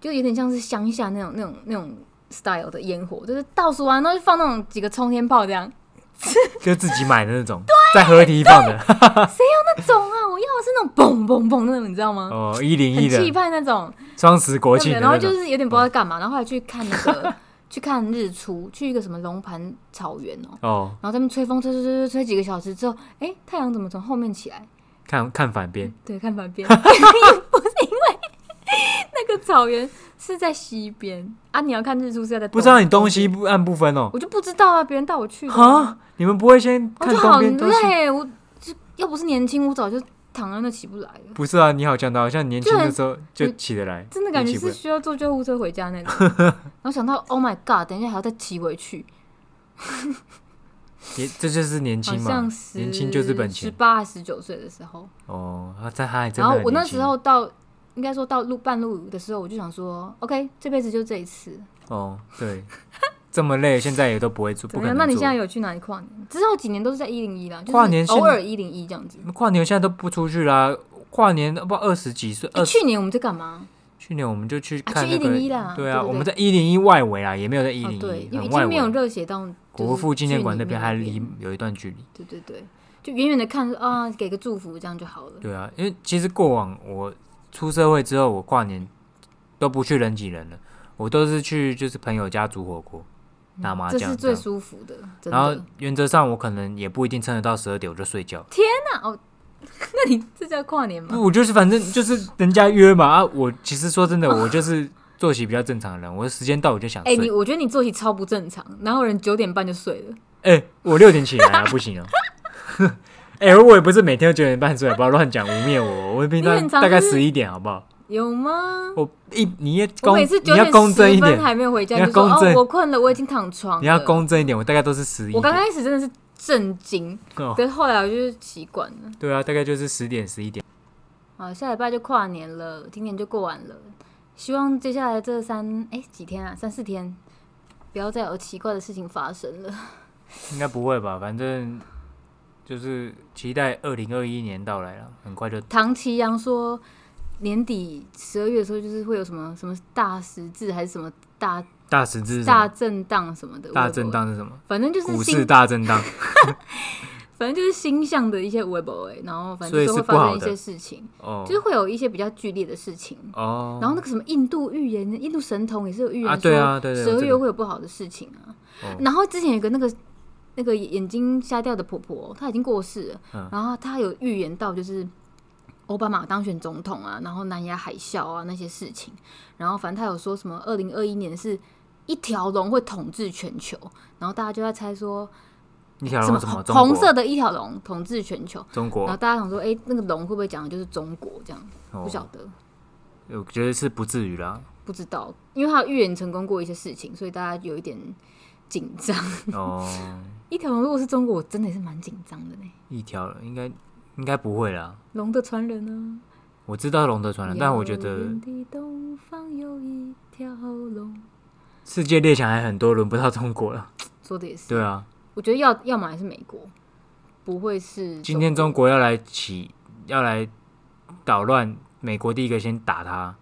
Speaker 2: 就有点像是乡下那种、那种、那种 style 的烟火，就是倒数完，然后就放那种几个冲天炮这样。
Speaker 1: 就自己买的那种，在合体放的，
Speaker 2: 那种啊，我要的是那种嘣嘣嘣那种，你知道吗？
Speaker 1: 哦，一零一
Speaker 2: 很
Speaker 1: 的，
Speaker 2: 气派那种，
Speaker 1: 双十国
Speaker 2: 对
Speaker 1: 庆
Speaker 2: 不
Speaker 1: 的
Speaker 2: 对？然后
Speaker 1: 那
Speaker 2: 就
Speaker 1: 种，
Speaker 2: 是有点不知道在干嘛，然后后来去看那个 去看日出，去一个什么龙盘草原哦、
Speaker 1: 哦，
Speaker 2: 然后在那边吹风吹吹吹吹吹几个小时之后，哎、太阳怎么从后面起来？
Speaker 1: 看看反边，
Speaker 2: 对，看反边，不 是因为那个草原是在西边啊，你要看日出是要在
Speaker 1: 不知道你东
Speaker 2: 边
Speaker 1: 西，不按不分哦，
Speaker 2: 我就不知道啊，别人带我去的啊，
Speaker 1: 哈，你们不会先
Speaker 2: 我
Speaker 1: 看
Speaker 2: 哦就
Speaker 1: 东
Speaker 2: 好
Speaker 1: 边东西？
Speaker 2: 累，我就要不是年轻，我早就躺在那起不来了。
Speaker 1: 不是啊，你好像好像年轻的时候就
Speaker 2: 就很
Speaker 1: 起得来，
Speaker 2: 真的感觉
Speaker 1: 你起不
Speaker 2: 是
Speaker 1: 来
Speaker 2: 需要坐救护车回家 那种。然后想到，Oh my God，等一下还要再骑回去，
Speaker 1: 年这就是年
Speaker 2: 好
Speaker 1: 轻嘛
Speaker 2: 像，十
Speaker 1: 年轻就是本
Speaker 2: 十
Speaker 1: 钱
Speaker 2: 八、十九岁的时候。
Speaker 1: 哦，他在他还真
Speaker 2: 然
Speaker 1: 的
Speaker 2: 后
Speaker 1: 很
Speaker 2: 我那
Speaker 1: 年轻
Speaker 2: 时候到，应该说到路半路的时候，我就想说，OK，这辈子就这一次，
Speaker 1: 哦，对，这么累，现在也都不会 做，
Speaker 2: 怎
Speaker 1: 不
Speaker 2: 么
Speaker 1: 可
Speaker 2: 样？
Speaker 1: 能
Speaker 2: 那你
Speaker 1: 做
Speaker 2: 现在有去哪里跨年？之后几年都是在一零一啦，就是
Speaker 1: 跨年现
Speaker 2: 偶尔一零一这样子。
Speaker 1: 跨年现在都不出去啦，跨年不二十几岁，
Speaker 2: 哎
Speaker 1: 二十
Speaker 2: 去年我们在干嘛？
Speaker 1: 去年我们就去
Speaker 2: 啊
Speaker 1: 看
Speaker 2: 去
Speaker 1: 那个，
Speaker 2: 101啦
Speaker 1: 对
Speaker 2: 对
Speaker 1: 啊，
Speaker 2: 对
Speaker 1: 我们在一零一外围啊，也没有在一
Speaker 2: 哦
Speaker 1: 零，
Speaker 2: 对，
Speaker 1: 一，
Speaker 2: 因为
Speaker 1: 很
Speaker 2: 已
Speaker 1: 外
Speaker 2: 经没有
Speaker 1: 围。
Speaker 2: 热血到就是
Speaker 1: 国父纪念馆那边
Speaker 2: 去
Speaker 1: 还
Speaker 2: 里面
Speaker 1: 离
Speaker 2: 那边
Speaker 1: 有一段距离，
Speaker 2: 对对对，就远远的看啊，给个祝福这样就好了。
Speaker 1: 对啊，因为其实过往我出社会之后，我跨年都不去人挤人了，我都是去就是朋友家煮火锅、打麻
Speaker 2: 嗯这
Speaker 1: 将，
Speaker 2: 是
Speaker 1: 这
Speaker 2: 最
Speaker 1: 样
Speaker 2: 舒服的，真
Speaker 1: 然
Speaker 2: 的
Speaker 1: 后。原则上我可能也不一定撑得到十二点我就睡觉，
Speaker 2: 那你这叫跨年吗？
Speaker 1: 不，我就是反正就是人家约嘛啊！我其实说真的，我就是作息比较正常的人，我时间到我就想
Speaker 2: 哎、
Speaker 1: 睡。
Speaker 2: 你我觉得你作息超不正常，然后人九点半就睡了，
Speaker 1: 哎、我六点起来啊，不行啊！哎、我也不是每天都九点半睡，不要乱讲污蔑我。我平
Speaker 2: 你
Speaker 1: 常
Speaker 2: 很常
Speaker 1: 大概
Speaker 2: 就是
Speaker 1: 十一点，好不好？
Speaker 2: 有吗？
Speaker 1: 我一你也
Speaker 2: 我
Speaker 1: 公
Speaker 2: 每次
Speaker 1: 你
Speaker 2: 九
Speaker 1: 要
Speaker 2: 点
Speaker 1: 公正
Speaker 2: 十
Speaker 1: 一点
Speaker 2: 分，还没有回家，
Speaker 1: 你要
Speaker 2: 就说
Speaker 1: 公正
Speaker 2: 哦，我困了，我已经躺床了。
Speaker 1: 你要公正一点，我大概都是十一
Speaker 2: 我刚
Speaker 1: 点。
Speaker 2: 开始真的是震惊，
Speaker 1: 哦，
Speaker 2: 可是后来我就是习惯了。
Speaker 1: 对啊，大概就是十点十一点。
Speaker 2: 好，下礼拜就跨年了，今年就过完了。希望接下来这三哎、几天啊，三四天，不要再有奇怪的事情发生了。
Speaker 1: 应该不会吧？反正就是期待二零二一年到来了，很快就
Speaker 2: 唐奇阳说，年底十二月的时候，就是会有什么什么大十字还是什么大
Speaker 1: 大十字是什
Speaker 2: 大
Speaker 1: 么。
Speaker 2: 震荡什么的，
Speaker 1: 大
Speaker 2: 微博
Speaker 1: 震，荡是什么？
Speaker 2: 反正就是
Speaker 1: 股市
Speaker 2: 星，
Speaker 1: 大震荡。
Speaker 2: 反正就是星象的一些微博哎，然后反
Speaker 1: 所
Speaker 2: 正
Speaker 1: 以
Speaker 2: 就是会
Speaker 1: 不
Speaker 2: 发
Speaker 1: 好
Speaker 2: 生一
Speaker 1: 的
Speaker 2: 些事情，
Speaker 1: 哦
Speaker 2: 就是会有一些比较剧烈的事情。
Speaker 1: 哦，
Speaker 2: 然后那个什么印度预言，印度神童也是有预
Speaker 1: 啊
Speaker 2: 言
Speaker 1: 对啊
Speaker 2: 说
Speaker 1: 对对
Speaker 2: 十二
Speaker 1: 这
Speaker 2: 月
Speaker 1: 个
Speaker 2: 会有不好的事情啊
Speaker 1: 哦。
Speaker 2: 然后之前有一个那个那个眼睛瞎掉的婆婆，她已经过世了
Speaker 1: 嗯，
Speaker 2: 然后她有预言到就是奥巴马当选总统啊，然后南亚海啸啊那些事情，然后反正她有说什么二零二一年是一条龙会统治全球，然后大家就在猜说
Speaker 1: 一条
Speaker 2: 什
Speaker 1: 龙
Speaker 2: 么
Speaker 1: 怎么
Speaker 2: 红
Speaker 1: 中
Speaker 2: 红
Speaker 1: 国？哦
Speaker 2: 色的一条龙统治全球，
Speaker 1: 中
Speaker 2: 然后
Speaker 1: 国，
Speaker 2: 大家想说，哎，那个龙会不会讲的就是中国这样？不晓
Speaker 1: 哦，
Speaker 2: 得。
Speaker 1: 我觉得是不至于啦。
Speaker 2: 不知道，因为他有预言成功过一些事情，所以大家有一点紧张。
Speaker 1: 哦，
Speaker 2: 一条龙如果是中国，我真的也是蛮紧张的呢。
Speaker 1: 一条应该应该不会啦。
Speaker 2: 龙的传人呢、
Speaker 1: 我知道龙的传
Speaker 2: 啊
Speaker 1: 人，？但我觉
Speaker 2: 遥
Speaker 1: 得
Speaker 2: 远的东方有一条龙，
Speaker 1: 世界列强还很多，轮不到中国了。
Speaker 2: 说的也是。
Speaker 1: 对啊，
Speaker 2: 我觉得要要么还是美国，不会是
Speaker 1: 今天中国要来起，要来捣乱，美国第一个先打他。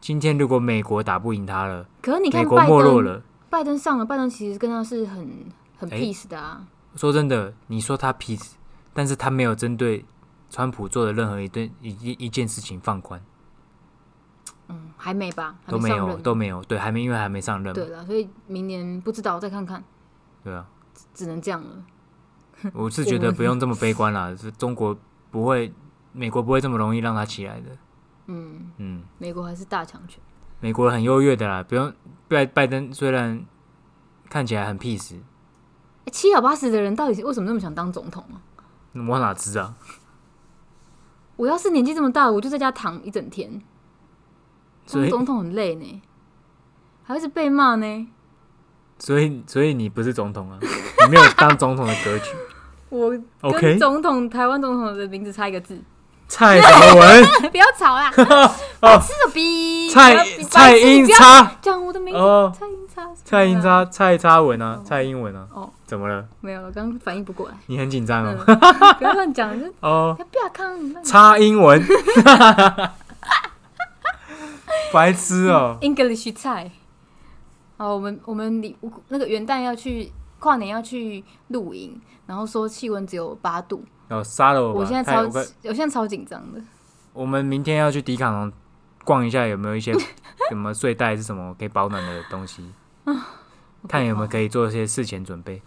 Speaker 1: 今天如果美国打不赢他了，
Speaker 2: 可是
Speaker 1: 美
Speaker 2: 你看
Speaker 1: 国
Speaker 2: 拜
Speaker 1: 没落
Speaker 2: 登，
Speaker 1: 了。
Speaker 2: 拜登上了，拜登其实跟他是很很
Speaker 1: 哎
Speaker 2: peace 的啊。
Speaker 1: 说真的，你说他 peace，但是他没有针对川普做的任何一对一一一件事情放宽。
Speaker 2: 嗯，还没吧，还
Speaker 1: 都没
Speaker 2: 上
Speaker 1: 有
Speaker 2: 任。
Speaker 1: 都没有，对，还没因为还没上任嘛，
Speaker 2: 对了，所以明年不知道，再看看，
Speaker 1: 对啊，
Speaker 2: 只能这样了。
Speaker 1: 我是觉得不用这么悲观啦，是中国不会，美国不会这么容易让它起来的，
Speaker 2: 嗯，
Speaker 1: 嗯，
Speaker 2: 美国还是大强权。
Speaker 1: 美国很优越的啦，不用拜拜登虽然看起来很 peace，
Speaker 2: 欸七老八十的人到底是为什么那么想当总统啊？
Speaker 1: 我哪知啊？
Speaker 2: 我要是年纪这么大，我就在家躺一整天，
Speaker 1: 所
Speaker 2: 当
Speaker 1: 以
Speaker 2: 总统很累呢，还会一直被骂呢。
Speaker 1: 所以所以你不是总统啊， 你没有当总统的格局。
Speaker 2: 我
Speaker 1: OK，
Speaker 2: 跟总统台湾总统的名字差一个 字，
Speaker 1: 蔡什么 文？
Speaker 2: 不要吵啦，白痴的逼，
Speaker 1: 哦蔡
Speaker 2: 不要
Speaker 1: 蔡英，差
Speaker 2: 白痴不要讲我的名字，
Speaker 1: 哦，
Speaker 2: 蔡英差，
Speaker 1: 蔡英，差蔡差文啊，蔡英文啊。
Speaker 2: 哦，
Speaker 1: 怎么了？
Speaker 2: 没有，我刚刚反应不过来，
Speaker 1: 你很紧张
Speaker 2: 嗯
Speaker 1: 哦。，
Speaker 2: 不要乱讲，这
Speaker 1: 哦，
Speaker 2: 不要看，你乱讲
Speaker 1: 差英文， 白痴哦。
Speaker 2: English 菜。哦，我们我们礼我那个元旦要去跨年要去露营，然后说气温只有八度，
Speaker 1: 哦，杀了我吧！
Speaker 2: 我现在
Speaker 1: 太
Speaker 2: 超
Speaker 1: 我快
Speaker 2: 我现在超紧张的。
Speaker 1: 我们明天要去迪卡侬逛一下，有没有一些 什么睡袋是什么可以保暖的东西？
Speaker 2: 啊
Speaker 1: 看有没有可以做一些事前准备。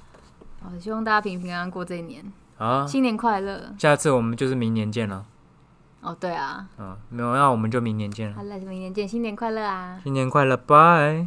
Speaker 2: 好，希望大家平平安安过这一年，
Speaker 1: 好啊，
Speaker 2: 新年快乐。
Speaker 1: 下次我们就是明年见了。
Speaker 2: 哦，对啊，
Speaker 1: 嗯，没有，那我们就明年见
Speaker 2: 好
Speaker 1: 了。
Speaker 2: 了，明年见，新年快乐啊！
Speaker 1: 新年快乐，拜。